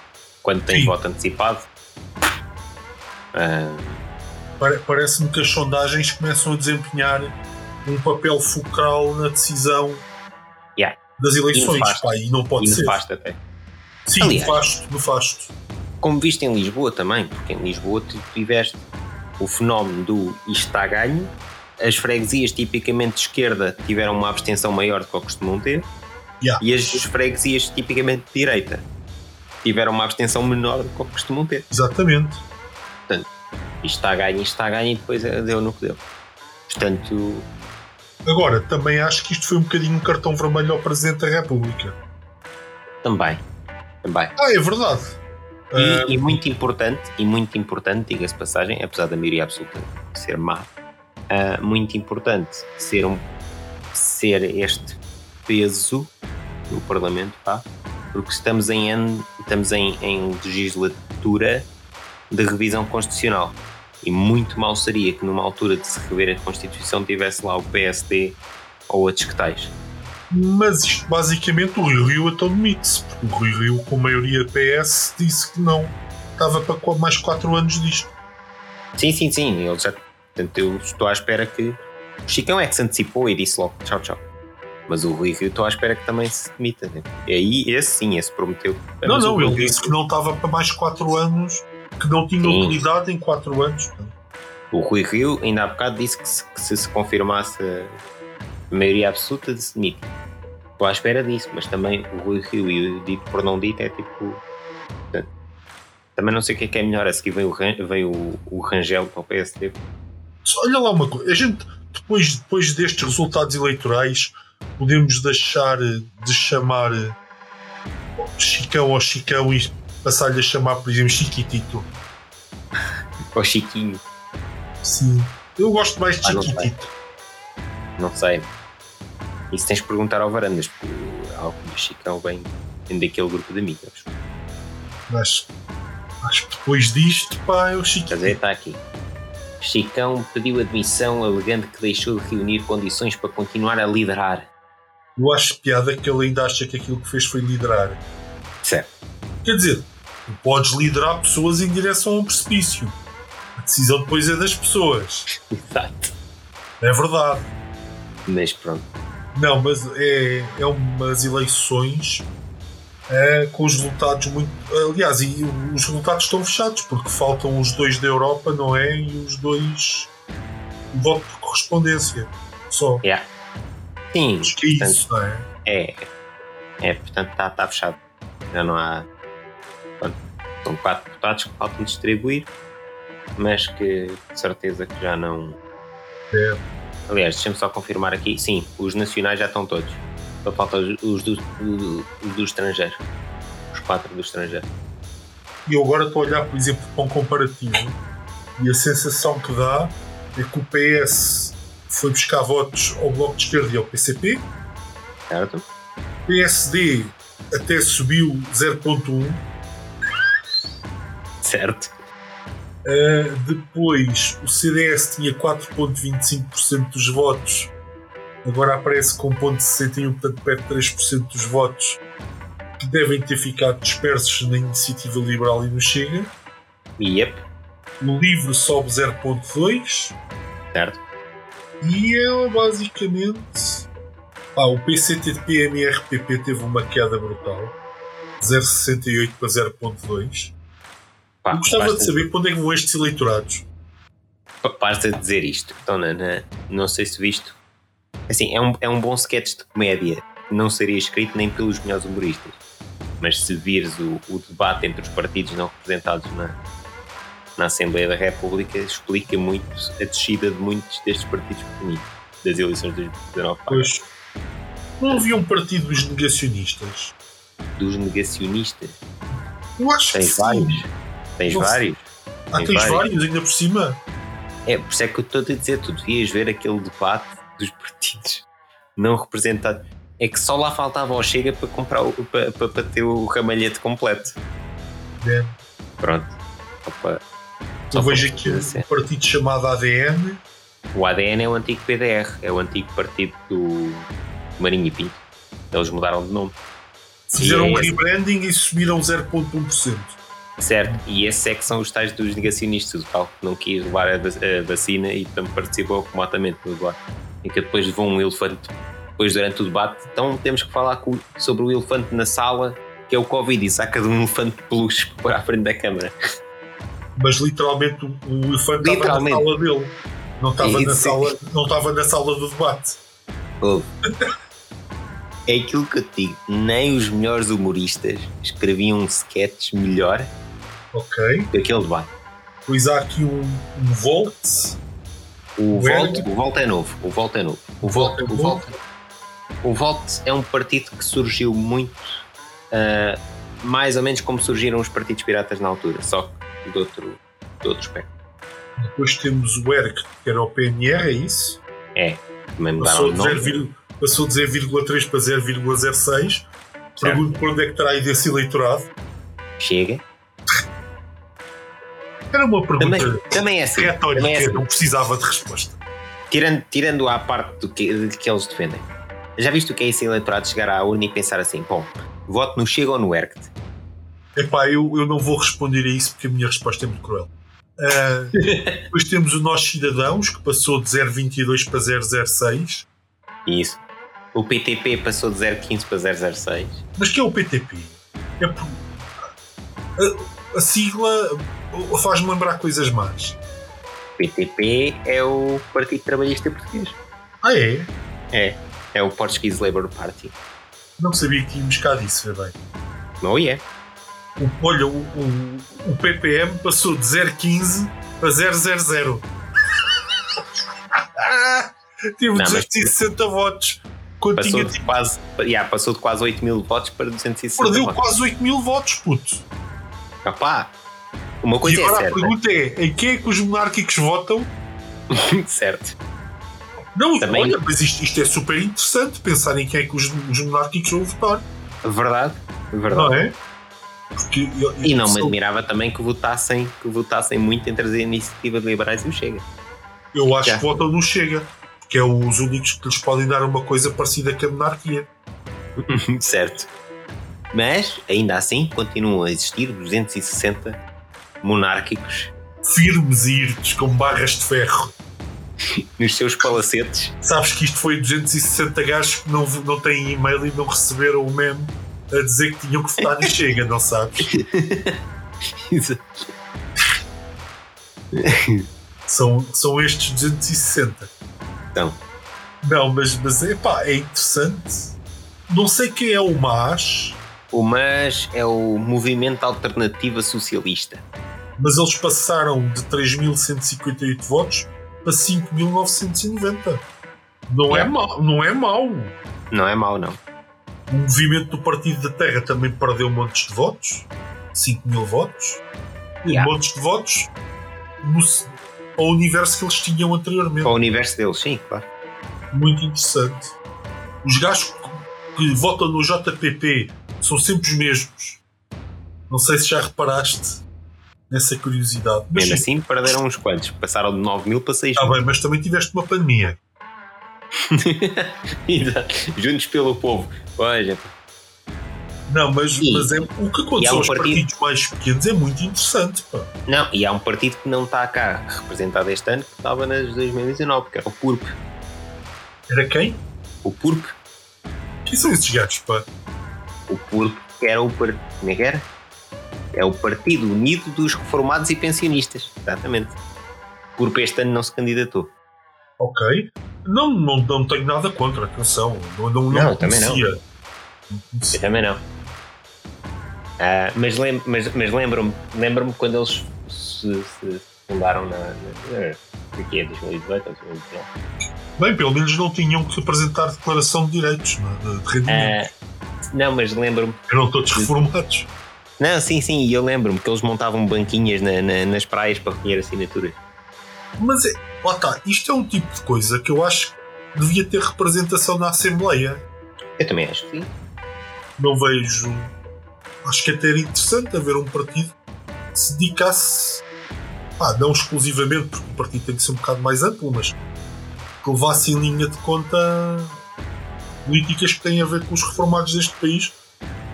Speaker 1: quando tens
Speaker 2: Sim.
Speaker 1: voto antecipado. Ah,
Speaker 2: Pare- Parece-me que as sondagens começam a desempenhar um papel focal na decisão
Speaker 1: Yeah.
Speaker 2: das eleições.
Speaker 1: Nefasto.
Speaker 2: pá, e não pode
Speaker 1: e
Speaker 2: ser.
Speaker 1: nefasto até.
Speaker 2: Sim,
Speaker 1: Aliás.
Speaker 2: nefasto, nefasto.
Speaker 1: Como viste em Lisboa também, porque em Lisboa tu tiveste o fenómeno do isto está ganho, as freguesias tipicamente de esquerda tiveram uma abstenção maior do que costumam ter,
Speaker 2: Yeah.
Speaker 1: e as freguesias tipicamente de direita tiveram uma abstenção menor do que costumam ter.
Speaker 2: Exatamente.
Speaker 1: Isto está ganho, isto está ganho, e depois eh, deu no que deu. Portanto,
Speaker 2: Agora, também acho que isto foi um bocadinho um cartão vermelho ao Presidente da República.
Speaker 1: também, também.
Speaker 2: Ah, é verdade. Ah,
Speaker 1: E, e muito importante, e muito importante, diga-se de passagem, apesar da maioria absoluta ser má, ah, muito importante ser, um, ser este peso do Parlamento, pá, porque estamos em ano, estamos em, em legislatura de revisão constitucional. E muito mal seria que numa altura de se rever a Constituição tivesse lá o PSD ou outros que tais.
Speaker 2: mas isto, basicamente, o Rui Rio então demite-se. Porque o Rui Rio, com maioria PS, disse que não. Estava para qu- mais 4 anos disto.
Speaker 1: Sim, sim, sim, ele já. Portanto, eu estou à espera que. O Chicão é que se antecipou e disse logo tchau, tchau. Mas o Rui Rio, estou à espera que também se demita. Né? E aí, esse sim, esse prometeu.
Speaker 2: não,
Speaker 1: É, Mas o
Speaker 2: não,
Speaker 1: Rui
Speaker 2: ele
Speaker 1: Rio-
Speaker 2: disse que não estava para mais 4 anos, que não tinha
Speaker 1: Sim.
Speaker 2: utilidade em 4 anos.
Speaker 1: O Rui Rio, ainda há bocado, disse que se, que se se confirmasse a maioria absoluta, se demite. Estou à espera disso, mas também o Rui Rio e o dito por não dito é tipo. portanto, Também não sei o que é que é melhor. A seguir vem o, Ran- vem o, o Rangel para o PSD.
Speaker 2: Só Olha lá uma coisa, a gente depois, depois destes resultados eleitorais podemos deixar eh, de chamar eh, Chicão ao Chicão e passar-lhe a chamar, por exemplo, Chiquitito.
Speaker 1: Para o Chiquinho,
Speaker 2: Sim. Eu gosto mais de
Speaker 1: Ah, não
Speaker 2: Chiquitito.
Speaker 1: não sei. Isso tens de perguntar ao Varandas, porque o- ao Chicão vem dentro daquele grupo de amigos.
Speaker 2: Mas, mas depois disto, pá, é eu chico.
Speaker 1: Estás a ver? Está tá aqui. Chicão pediu admissão, alegando que deixou de reunir condições para continuar a liderar.
Speaker 2: Eu acho piada que ele ainda acha que aquilo que fez foi liderar.
Speaker 1: Certo.
Speaker 2: Quer dizer, tu podes liderar pessoas em direção a um precipício. A decisão depois é das pessoas.
Speaker 1: Exato.
Speaker 2: É verdade.
Speaker 1: Mas pronto.
Speaker 2: Não, mas é, é umas eleições eh, com os resultados muito. Aliás, e os resultados estão fechados, porque faltam os dois da Europa, não é? E os dois. o voto por correspondência. Só.
Speaker 1: Yeah. Sim,
Speaker 2: Acho que é
Speaker 1: portanto,
Speaker 2: isso, não é?
Speaker 1: É, é portanto está tá fechado. Já não há. pronto, São quatro deputados que faltam distribuir, mas que de certeza que já não.
Speaker 2: É.
Speaker 1: Aliás, deixa-me só confirmar aqui. Sim, os nacionais já estão todos. Só faltam os, os do, do- os do estrangeiro. Os quatro do estrangeiro.
Speaker 2: E eu agora estou a olhar, por exemplo, para um comparativo e a sensação que dá é que o PS foi buscar votos ao Bloco de Esquerda e ao PCP,
Speaker 1: Certo?
Speaker 2: o PSD até subiu 0.1,
Speaker 1: Certo.
Speaker 2: eh, depois o CDS tinha 4.25% dos votos, agora aparece com 0.61, portanto perde 3% dos votos que devem ter ficado dispersos na Iniciativa Liberal e no Chega.
Speaker 1: Yep,
Speaker 2: O livro sobe 0.2,
Speaker 1: certo.
Speaker 2: E ela basicamente. Pá, o PCTP MRPP teve uma queda brutal. 0,68 para 0,2.
Speaker 1: Pá,
Speaker 2: Eu gostava de
Speaker 1: basta-
Speaker 2: saber quando é que vão estes eleitorados.
Speaker 1: Pa- Basta dizer isto. Então, na, na- não sei se visto. Assim, é um, é um bom sketch de comédia. Não seria escrito nem pelos melhores humoristas. Mas se vires o, o debate entre os partidos não representados na, na Assembleia da República, explica muito a descida de muitos destes partidos pequeninos das eleições de 2019 para
Speaker 2: Pois. Não havia um partido dos negacionistas.
Speaker 1: cá. dos negacionistas.
Speaker 2: Eu acho que
Speaker 1: Tens
Speaker 2: sim.
Speaker 1: vários. Tens
Speaker 2: Não sei.
Speaker 1: vários.
Speaker 2: Ah,
Speaker 1: Tem
Speaker 2: tens vários.
Speaker 1: vários.
Speaker 2: ainda por cima?
Speaker 1: É, por isso é que eu estou a dizer, tu devias ver aquele debate dos partidos não representados. É que só lá faltava o Chega para comprar o, para, para, para ter o ramalhete completo.
Speaker 2: É.
Speaker 1: Pronto. Opa. Só
Speaker 2: Eu vejo
Speaker 1: para-
Speaker 2: aqui
Speaker 1: Sim.
Speaker 2: um partido chamado ADN.
Speaker 1: O ADN é o antigo PDR, é o antigo partido do Marinho e Pinto. Eles mudaram de nome.
Speaker 2: Fizeram um
Speaker 1: é-
Speaker 2: rebranding e subiram 0,1%.
Speaker 1: Certo, e esses é que são os tais dos negacionistas, o tal que não quis levar a, vac- a vacina e portanto participou remotamente no debate. E que depois levou um elefante, depois durante o debate, então temos que falar com- sobre o elefante na sala, que é o Covid, e saca de um elefante de peluche para pôr à frente da câmara.
Speaker 2: mas literalmente o- o elefante estava na
Speaker 1: Literalmente.
Speaker 2: sala dele. Não estava, na
Speaker 1: Isso. é
Speaker 2: sala, não estava na sala do debate.
Speaker 1: Ouve. É aquilo que eu te digo, nem os melhores humoristas escreviam um sketch melhor
Speaker 2: Ok.
Speaker 1: do que aquele debate.
Speaker 2: Pois há aqui um, um Volt.
Speaker 1: O
Speaker 2: Well-
Speaker 1: Volt, o Volt é novo. O Volt é novo. O Volt,
Speaker 2: Volt é
Speaker 1: o Volt, o Volt é um partido que surgiu muito, ah, mais ou menos como surgiram os partidos piratas na altura, só que de outro, de outro espectro.
Speaker 2: Depois temos o ERC, que era o PNR, é isso?
Speaker 1: Também mudaram
Speaker 2: Passou
Speaker 1: de
Speaker 2: de,
Speaker 1: nome.
Speaker 2: 0,3 passou de 0,3 para 0,06.
Speaker 1: certo?
Speaker 2: Pergunto por onde é que terá ido esse eleitorado.
Speaker 1: Chega.
Speaker 2: Era uma pergunta
Speaker 1: Também, também é assim.
Speaker 2: retórica,
Speaker 1: também é assim.
Speaker 2: não precisava de resposta.
Speaker 1: Tirando, tirando à parte do que, de que eles defendem. Já viste o que é esse eleitorado chegar à urna e pensar assim: bom, voto no Chega ou no ERCT?
Speaker 2: Epá, eu, eu não vou responder a isso porque a minha resposta é muito cruel. Ah, depois temos o Nós Cidadãos, que passou de 0,22 para 0,06.
Speaker 1: Isso. O PTP passou de 0,15 para 006.
Speaker 2: Mas que é o PTP? É por- a, a sigla uh, faz-me lembrar coisas más.
Speaker 1: PTP é o Partido Trabalhista Português.
Speaker 2: Ah, é?
Speaker 1: É. É o Portuguese Labour Party.
Speaker 2: Não sabia que íamos cá disso, vê bem.
Speaker 1: Não é?
Speaker 2: O- olha, o, o- o PPM passou de 0,15 para 0,00. Teve
Speaker 1: Não, mas-
Speaker 2: 260 votos. Quando
Speaker 1: Passou
Speaker 2: tinha
Speaker 1: de, quase, yeah, passou de quase 8 mil votos para 260
Speaker 2: Perdeu
Speaker 1: votos.
Speaker 2: quase 8 mil votos, puto.
Speaker 1: Capá! Uma coisa
Speaker 2: e
Speaker 1: é
Speaker 2: agora a
Speaker 1: certa.
Speaker 2: pergunta é: em quem é que os monárquicos votam?
Speaker 1: certo.
Speaker 2: Não,
Speaker 1: Também-
Speaker 2: olha, mas isto, isto é super interessante pensar em quem é que os, os monárquicos vão votar.
Speaker 1: Verdade. Verdade.
Speaker 2: não é? Porque eu-
Speaker 1: E não me
Speaker 2: eu,
Speaker 1: admirava também que votassem, que votassem muito entre as iniciativas liberais e o Chega.
Speaker 2: eu acho
Speaker 1: Já.
Speaker 2: que votam no Chega, porque é os únicos que lhes podem dar uma coisa parecida com a monarquia.
Speaker 1: certo. Mas, ainda assim, continuam a existir 260 monárquicos
Speaker 2: Firmes e irtos, como barras de ferro.
Speaker 1: nos seus palacetes.
Speaker 2: Sabes que isto foi 260 gajos que não, não têm e-mail e não receberam o meme a dizer que tinham que votar no Chega, não sabes? São, são estes 260.
Speaker 1: Então.
Speaker 2: Não, mas, mas epá, é interessante. Não sei quem é o Mas,
Speaker 1: o MAS é o Movimento Alternativa Socialista.
Speaker 2: mas eles passaram de 3.158 votos para 5.990. Não é,
Speaker 1: É.
Speaker 2: mau, não é mau.
Speaker 1: Não é mau, não.
Speaker 2: O movimento do Partido da Terra também perdeu montes de votos, 5 mil votos,
Speaker 1: Yeah.
Speaker 2: montes de votos no, ao universo que eles tinham anteriormente.
Speaker 1: Para o universo deles, sim, claro.
Speaker 2: Muito interessante. Os gajos que- que votam no JPP são sempre os mesmos. Não sei se já reparaste nessa curiosidade. Mas
Speaker 1: Mesmo assim,
Speaker 2: sim, Tá
Speaker 1: perderam uns quantos. Passaram de 9 mil para 6
Speaker 2: está bem, É, mas também tiveste uma pandemia.
Speaker 1: mil. Exato. Juntos pelo povo. Olha,
Speaker 2: Não, mas,
Speaker 1: Sim.
Speaker 2: mas é, o que
Speaker 1: E há
Speaker 2: aconteceu
Speaker 1: um
Speaker 2: aos
Speaker 1: partido-
Speaker 2: partidos mais pequenos é muito interessante. Pá.
Speaker 1: Não, e há um partido que não está cá representado este ano, que estava nas 2019, que era o PURP.
Speaker 2: Era quem?
Speaker 1: O PURP,
Speaker 2: Quem são esses gajos? Pá?
Speaker 1: o PURP que era o partido. Como é que era? É o Partido Unido dos Reformados e Pensionistas. Exatamente. O PURP este ano não se candidatou.
Speaker 2: Ok. Não, não, não tenho nada contra, atenção. Não, não, não,
Speaker 1: Não, também não.
Speaker 2: conhecia.
Speaker 1: Eu também não. Ah, mas lem- mas, mas lembro-me lembro quando eles se, se fundaram na. na, na aqui é 2018 ou 2019.
Speaker 2: Bem, pelo menos não tinham que apresentar declaração de direitos, né, de de rendimento.
Speaker 1: Ah, não, mas lembro-me
Speaker 2: Eram todos reformados.
Speaker 1: Não, sim, sim, e eu lembro-me que eles montavam banquinhas na- na- nas praias para recolher assinaturas.
Speaker 2: Mas é, lá está, isto é um tipo de coisa que eu acho que devia ter representação na Assembleia.
Speaker 1: Eu também acho que sim.
Speaker 2: Não vejo. Acho que é até era interessante haver um partido que se dedicasse. Pá, não exclusivamente, porque o partido tem que ser um bocado mais amplo, mas que levasse em linha de conta políticas que têm a ver com os reformados deste país.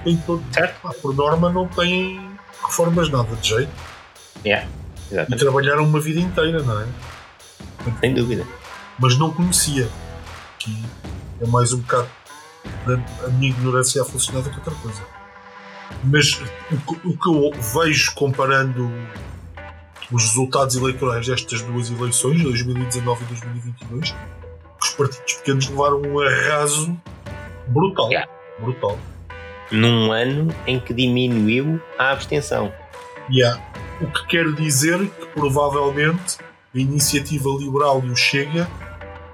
Speaker 2: Tem todo,
Speaker 1: Certo.
Speaker 2: pá, por norma, não têm reformas nada de jeito. E
Speaker 1: Exatamente,
Speaker 2: trabalharam uma vida inteira, não é?
Speaker 1: sem dúvida.
Speaker 2: mas não conhecia. Que é mais um bocado da a minha ignorância a funcionar do que outra coisa. Mas o que, o que eu vejo comparando os resultados eleitorais destas duas eleições, 2019 e 2022, que os partidos pequenos levaram um arraso brutal.
Speaker 1: Yeah.
Speaker 2: Brutal.
Speaker 1: Num ano em que diminuiu a abstenção.
Speaker 2: Yeah. O que quer dizer que provavelmente a iniciativa liberal e o Chega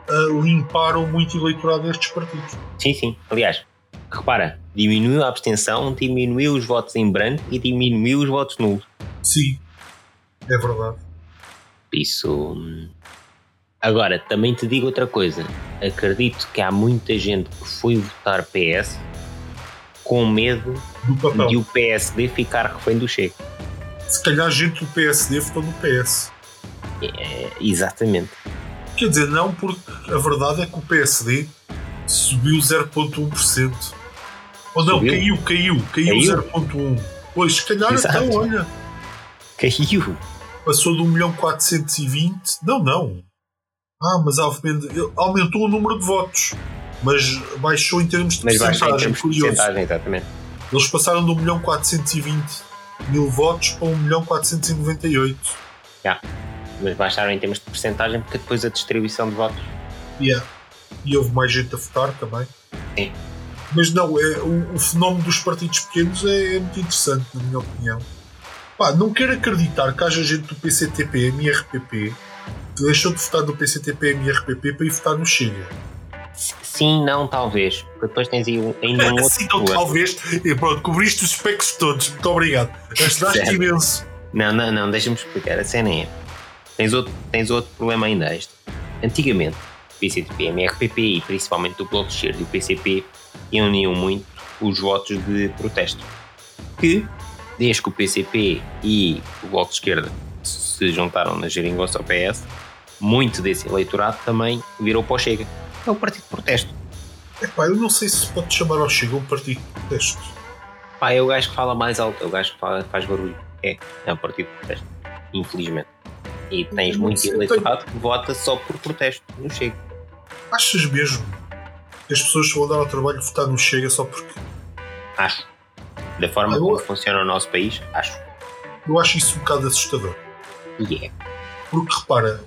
Speaker 2: ah, limparam muito eleitorado destes partidos.
Speaker 1: Sim, sim. Aliás, repara, diminuiu a abstenção, diminuiu os votos em branco e diminuiu os votos nulos.
Speaker 2: Sim, é verdade.
Speaker 1: Isso. hum. Agora, também te digo outra coisa. Acredito que há muita gente que foi votar PS com medo
Speaker 2: Do papel.
Speaker 1: de o PSD ficar refém do Chega.
Speaker 2: Se calhar a gente do PSD votou no PS.
Speaker 1: É, exatamente.
Speaker 2: Quer dizer, não, porque a verdade é que o PSD subiu 0,1%. Ou não,
Speaker 1: Subiu?
Speaker 2: caiu, caiu, caiu,
Speaker 1: Caiu?
Speaker 2: 0,1%. Pois, se calhar
Speaker 1: Exato.
Speaker 2: então, olha,
Speaker 1: Caiu.
Speaker 2: passou de 1 milhão 420. Não, não. Ah, mas aumenta- aumentou o número de votos. Mas baixou em termos de
Speaker 1: Mas vai ser em
Speaker 2: porcentagem. é
Speaker 1: termos de
Speaker 2: Curioso.
Speaker 1: porcentagem, exatamente.
Speaker 2: Eles passaram de 1 milhão 420 mil votos para 1 milhão 498.
Speaker 1: Mas baixaram em termos de porcentagem porque depois a distribuição de votos.
Speaker 2: Yeah. E houve mais gente a votar também.
Speaker 1: Sim.
Speaker 2: Mas não, é, o, o fenómeno dos partidos pequenos é, é muito interessante, na minha opinião. Pá, não quero acreditar que haja gente do PCTPM e RPP que deixou de votar do PCTPM e RPP para ir votar no Chega.
Speaker 1: S- Sim, não, talvez. Porque depois tens aí um- ainda um outro.
Speaker 2: Assim, então,
Speaker 1: problema.
Speaker 2: talvez. E pronto, cobriste os espectros todos. Muito obrigado. Ajudaste
Speaker 1: Certo.
Speaker 2: imenso.
Speaker 1: Não, não, não, deixa-me explicar. A cena é. Tens outro, tens outro problema ainda este. Antigamente, o PCTP, MRPP e principalmente o Bloco de Esquerda e o PCP iam uniam muito os votos de protesto. Que, desde que o PCP e o Bloco de Esquerda se juntaram na geringonça ao PS, muito desse eleitorado também virou para o Chega. É o partido de protesto.
Speaker 2: Epá, eu não sei se pode chamar ao Chega um partido de protesto.
Speaker 1: Pá, é o gajo que fala mais alto, é o gajo que fala- faz barulho. É, é um partido de protesto. Infelizmente. E tens
Speaker 2: Não
Speaker 1: muito
Speaker 2: sei,
Speaker 1: eleitorado que vota só por protesto no Chega.
Speaker 2: Achas mesmo que as pessoas vão dar ao trabalho de votar no Chega só porque.
Speaker 1: Acho. Da forma
Speaker 2: Ah,
Speaker 1: como
Speaker 2: boa.
Speaker 1: funciona o nosso país, acho.
Speaker 2: Eu acho isso um bocado assustador.
Speaker 1: E é.
Speaker 2: Porque repara,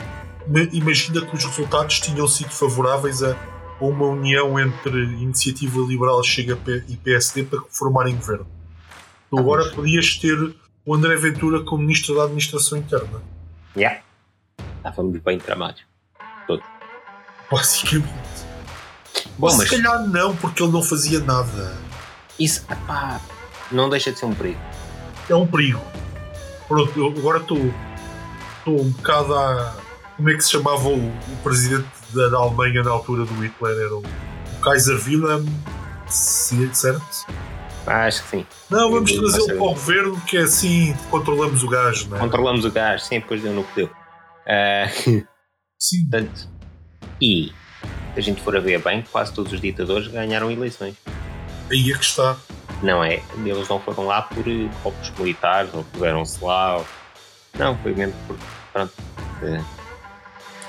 Speaker 2: ma- imagina que os resultados tinham sido favoráveis a a uma união entre Iniciativa Liberal Chega P- e PSD para formarem governo.
Speaker 1: Ah,
Speaker 2: Tu agora podias ter o André Ventura como Ministro da Administração Interna.
Speaker 1: Yeah. Estávamos Tá, bem tramados.
Speaker 2: Basicamente.
Speaker 1: Bom,
Speaker 2: Ou
Speaker 1: mas
Speaker 2: Se calhar não, porque ele não fazia nada.
Speaker 1: isso, epá, não deixa de ser um perigo.
Speaker 2: É um perigo. Pronto, eu agora estou estou um bocado a. Como é que se chamava o, o presidente da, da Alemanha na altura do Hitler? Era o, o Kaiser Wilhelm, se- certo?
Speaker 1: Ah, Acho que sim.
Speaker 2: Não, vamos
Speaker 1: Sim,
Speaker 2: trazê-lo
Speaker 1: vai ser.
Speaker 2: para o governo que é assim controlamos o gajo, não é?
Speaker 1: Controlamos o gás sempre que deu no que deu. Ah,
Speaker 2: Sim.
Speaker 1: portanto, e se a gente for a ver bem, quase todos os ditadores ganharam eleições.
Speaker 2: Aí é que está.
Speaker 1: Não é? Eles não foram lá por eh, golpes militares ou puseram-se lá. ou- Não, foi mesmo porque pronto, eh,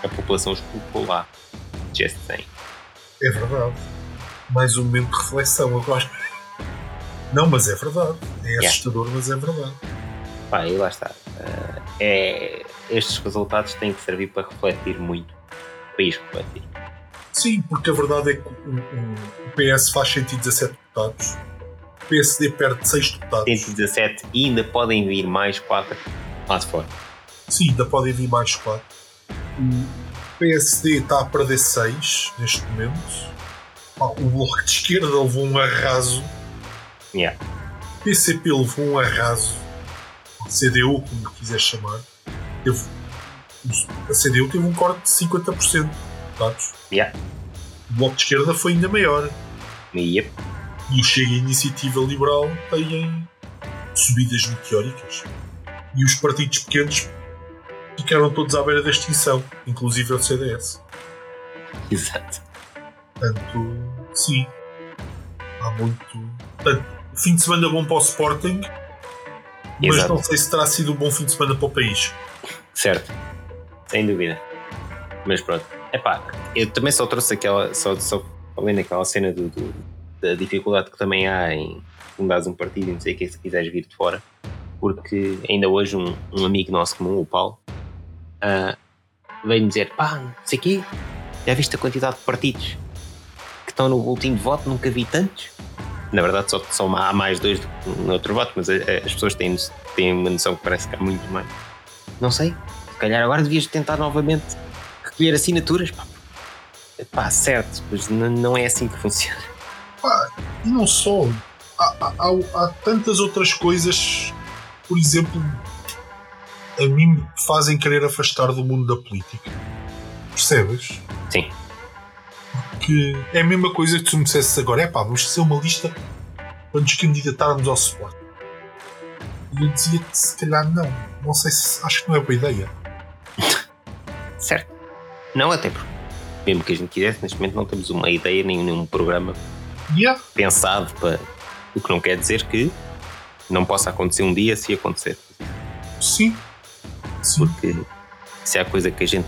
Speaker 1: a população os colocou lá. Just saying.
Speaker 2: É verdade. Mais um momento de reflexão agora. Não, mas é verdade. É
Speaker 1: Yeah.
Speaker 2: assustador, mas é verdade.
Speaker 1: Pá, e lá está. Ah, é, estes resultados têm que servir para refletir muito. O país refletir.
Speaker 2: Sim, porque a verdade é que o, o- o PS faz 117 deputados, o PSD perde 6 deputados.
Speaker 1: 117 e ainda podem vir mais 4 lá de fora.
Speaker 2: Sim, ainda podem vir mais 4. O PSD está a perder 6 neste momento. Pá, O Bloco de Esquerda levou um arraso.
Speaker 1: Yeah.
Speaker 2: O PCP levou um arraso. O CDU, como lhe quiser chamar. Teve, a CDU teve um corte de 50% de deputados.
Speaker 1: Yeah.
Speaker 2: O Bloco de Esquerda foi ainda maior.
Speaker 1: E é, yep,
Speaker 2: E o Chega e a Iniciativa Liberal têm subidas meteóricas. E os partidos pequenos ficaram todos à beira da extinção, inclusive o CDS.
Speaker 1: exato.
Speaker 2: Portanto, sim. Há muito. Portanto, fim de semana bom para o Sporting, mas
Speaker 1: exato.
Speaker 2: não sei se terá sido um bom fim de semana para o país.
Speaker 1: Certo. Sem dúvida. Mas pronto. Epá, eu também só trouxe aquela. Só, só falei naquela cena do, do- da dificuldade que também há em fundares um partido e não sei o que se quiseres vir de fora. Porque ainda hoje um, um amigo nosso comum, o Paulo, ah, veio-me dizer: pá, não sei o quê, já viste a quantidade de partidos que estão no boletim de voto? Nunca vi tantos. Na verdade, só, só há mais dois do que no outro voto, mas a- a- as pessoas têm, têm uma noção que parece que há muito mais. Não sei, se calhar agora devias tentar novamente recolher assinaturas. Pá, pá certo, mas n- não é assim que funciona.
Speaker 2: E não só. Há, há- há- há tantas outras coisas, por exemplo, a mim me fazem querer afastar do mundo da política. Percebes?
Speaker 1: Sim.
Speaker 2: Porque é a mesma coisa que tu me dissesses agora: é pá, vamos fazer uma lista para nos candidatarmos ao suporte. E eu dizia-te, se calhar não. Não sei se. Acho que não é boa ideia.
Speaker 1: Certo. Não, até porque, mesmo que a gente quisesse, neste momento não temos uma ideia nem nenhum programa
Speaker 2: Yeah.
Speaker 1: pensado para. O que não quer dizer que não possa acontecer um dia se acontecer.
Speaker 2: Sim. Sim.
Speaker 1: Porque se há coisa que a gente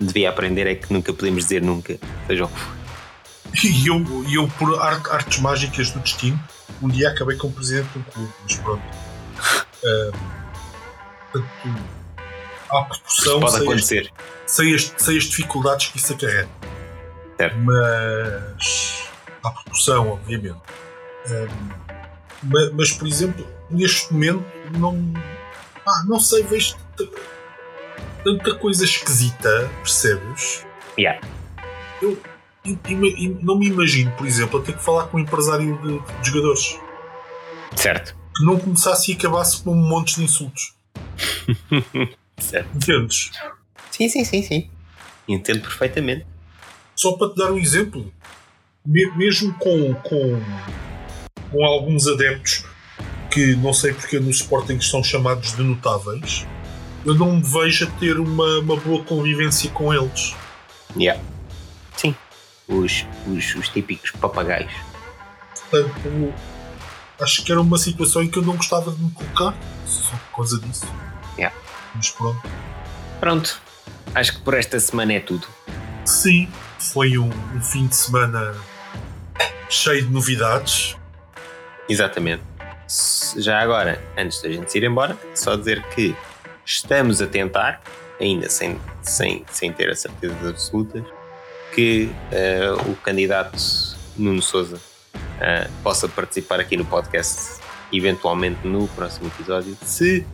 Speaker 1: devia aprender é que nunca podemos dizer nunca, seja o que for.
Speaker 2: E eu, e eu por ar- artes mágicas do destino, um dia acabei como presidente de um clube, mas pronto. Ah, portanto, há proporção,
Speaker 1: Pode
Speaker 2: sei as,
Speaker 1: acontecer.
Speaker 2: sei, as, sei as dificuldades que isso acarreta.
Speaker 1: Certo.
Speaker 2: Mas há proporção, obviamente. mas, mas, por exemplo, neste momento, não, pá, não sei, vejo tanta- tanta coisa esquisita, percebes?
Speaker 1: Yeah.
Speaker 2: E- e- e não me imagino, por exemplo, a ter que falar com um empresário de, de jogadores
Speaker 1: Certo.
Speaker 2: que não começasse e acabasse com um monte de insultos.
Speaker 1: Certo.
Speaker 2: Entendes?
Speaker 1: Sim, sim, sim, sim. Entendo perfeitamente.
Speaker 2: Só para te dar um exemplo, me- mesmo com, com, com alguns adeptos que não sei porque no Sporting são chamados de notáveis, eu não me vejo a ter uma, uma boa convivência com eles.
Speaker 1: Yeah. Sim. Os, os, os típicos papagaios.
Speaker 2: Portanto, acho que era uma situação em que eu não gostava de me colocar, só por causa disso.
Speaker 1: Yeah.
Speaker 2: Mas pronto.
Speaker 1: Pronto. Acho que por esta semana é tudo.
Speaker 2: Sim, foi um, um fim de semana cheio de novidades.
Speaker 1: Exatamente. S- Já agora, antes da gente se ir embora, só dizer que estamos a tentar, ainda sem, sem, sem ter a certeza absoluta, que eh, o candidato Nuno Souza possa participar aqui no podcast, eventualmente no próximo episódio, se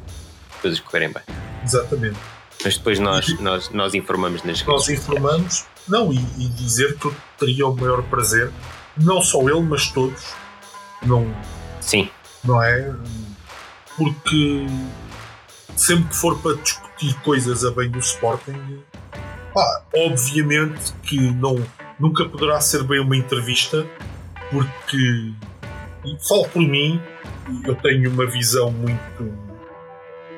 Speaker 1: as coisas correrem bem.
Speaker 2: Exatamente.
Speaker 1: Mas depois nós, nós, nós informamos nas redes
Speaker 2: Nós
Speaker 1: sociais.
Speaker 2: informamos, não, e, e dizer que eu teria o maior prazer, não só ele, mas todos, não,
Speaker 1: Sim,
Speaker 2: não é? Porque sempre que for para discutir coisas a bem do Sporting, pá, obviamente que não, nunca poderá ser bem uma entrevista, porque e falo por mim, eu tenho uma visão muito.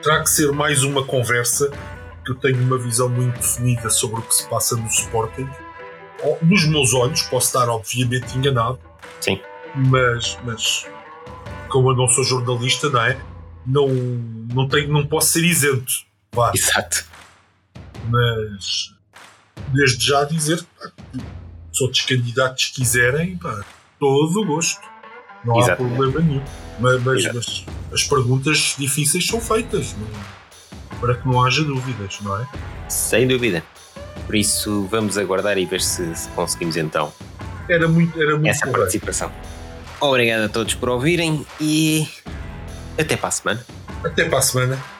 Speaker 2: Terá que ser mais uma conversa, que eu tenho uma visão muito definida sobre o que se passa no Sporting. Ou- Nos meus olhos, posso estar obviamente enganado.
Speaker 1: Sim.
Speaker 2: Mas, mas como eu não sou jornalista, não é? Não, não, tenho, não posso ser isento. Vá,
Speaker 1: exato.
Speaker 2: mas desde já dizer pá, que se outros candidatos quiserem, pá, todo o gosto. Não
Speaker 1: Exatamente.
Speaker 2: há problema nenhum. Mas, mas,
Speaker 1: Exato.
Speaker 2: mas as perguntas difíceis são feitas, não- para que não haja dúvidas, não é?
Speaker 1: Sem dúvida. Por isso, vamos aguardar e ver se, se conseguimos então
Speaker 2: Era muito, era muito
Speaker 1: essa é
Speaker 2: bom.
Speaker 1: participação. Obrigado a todos por ouvirem e até para a semana.
Speaker 2: Até para a semana.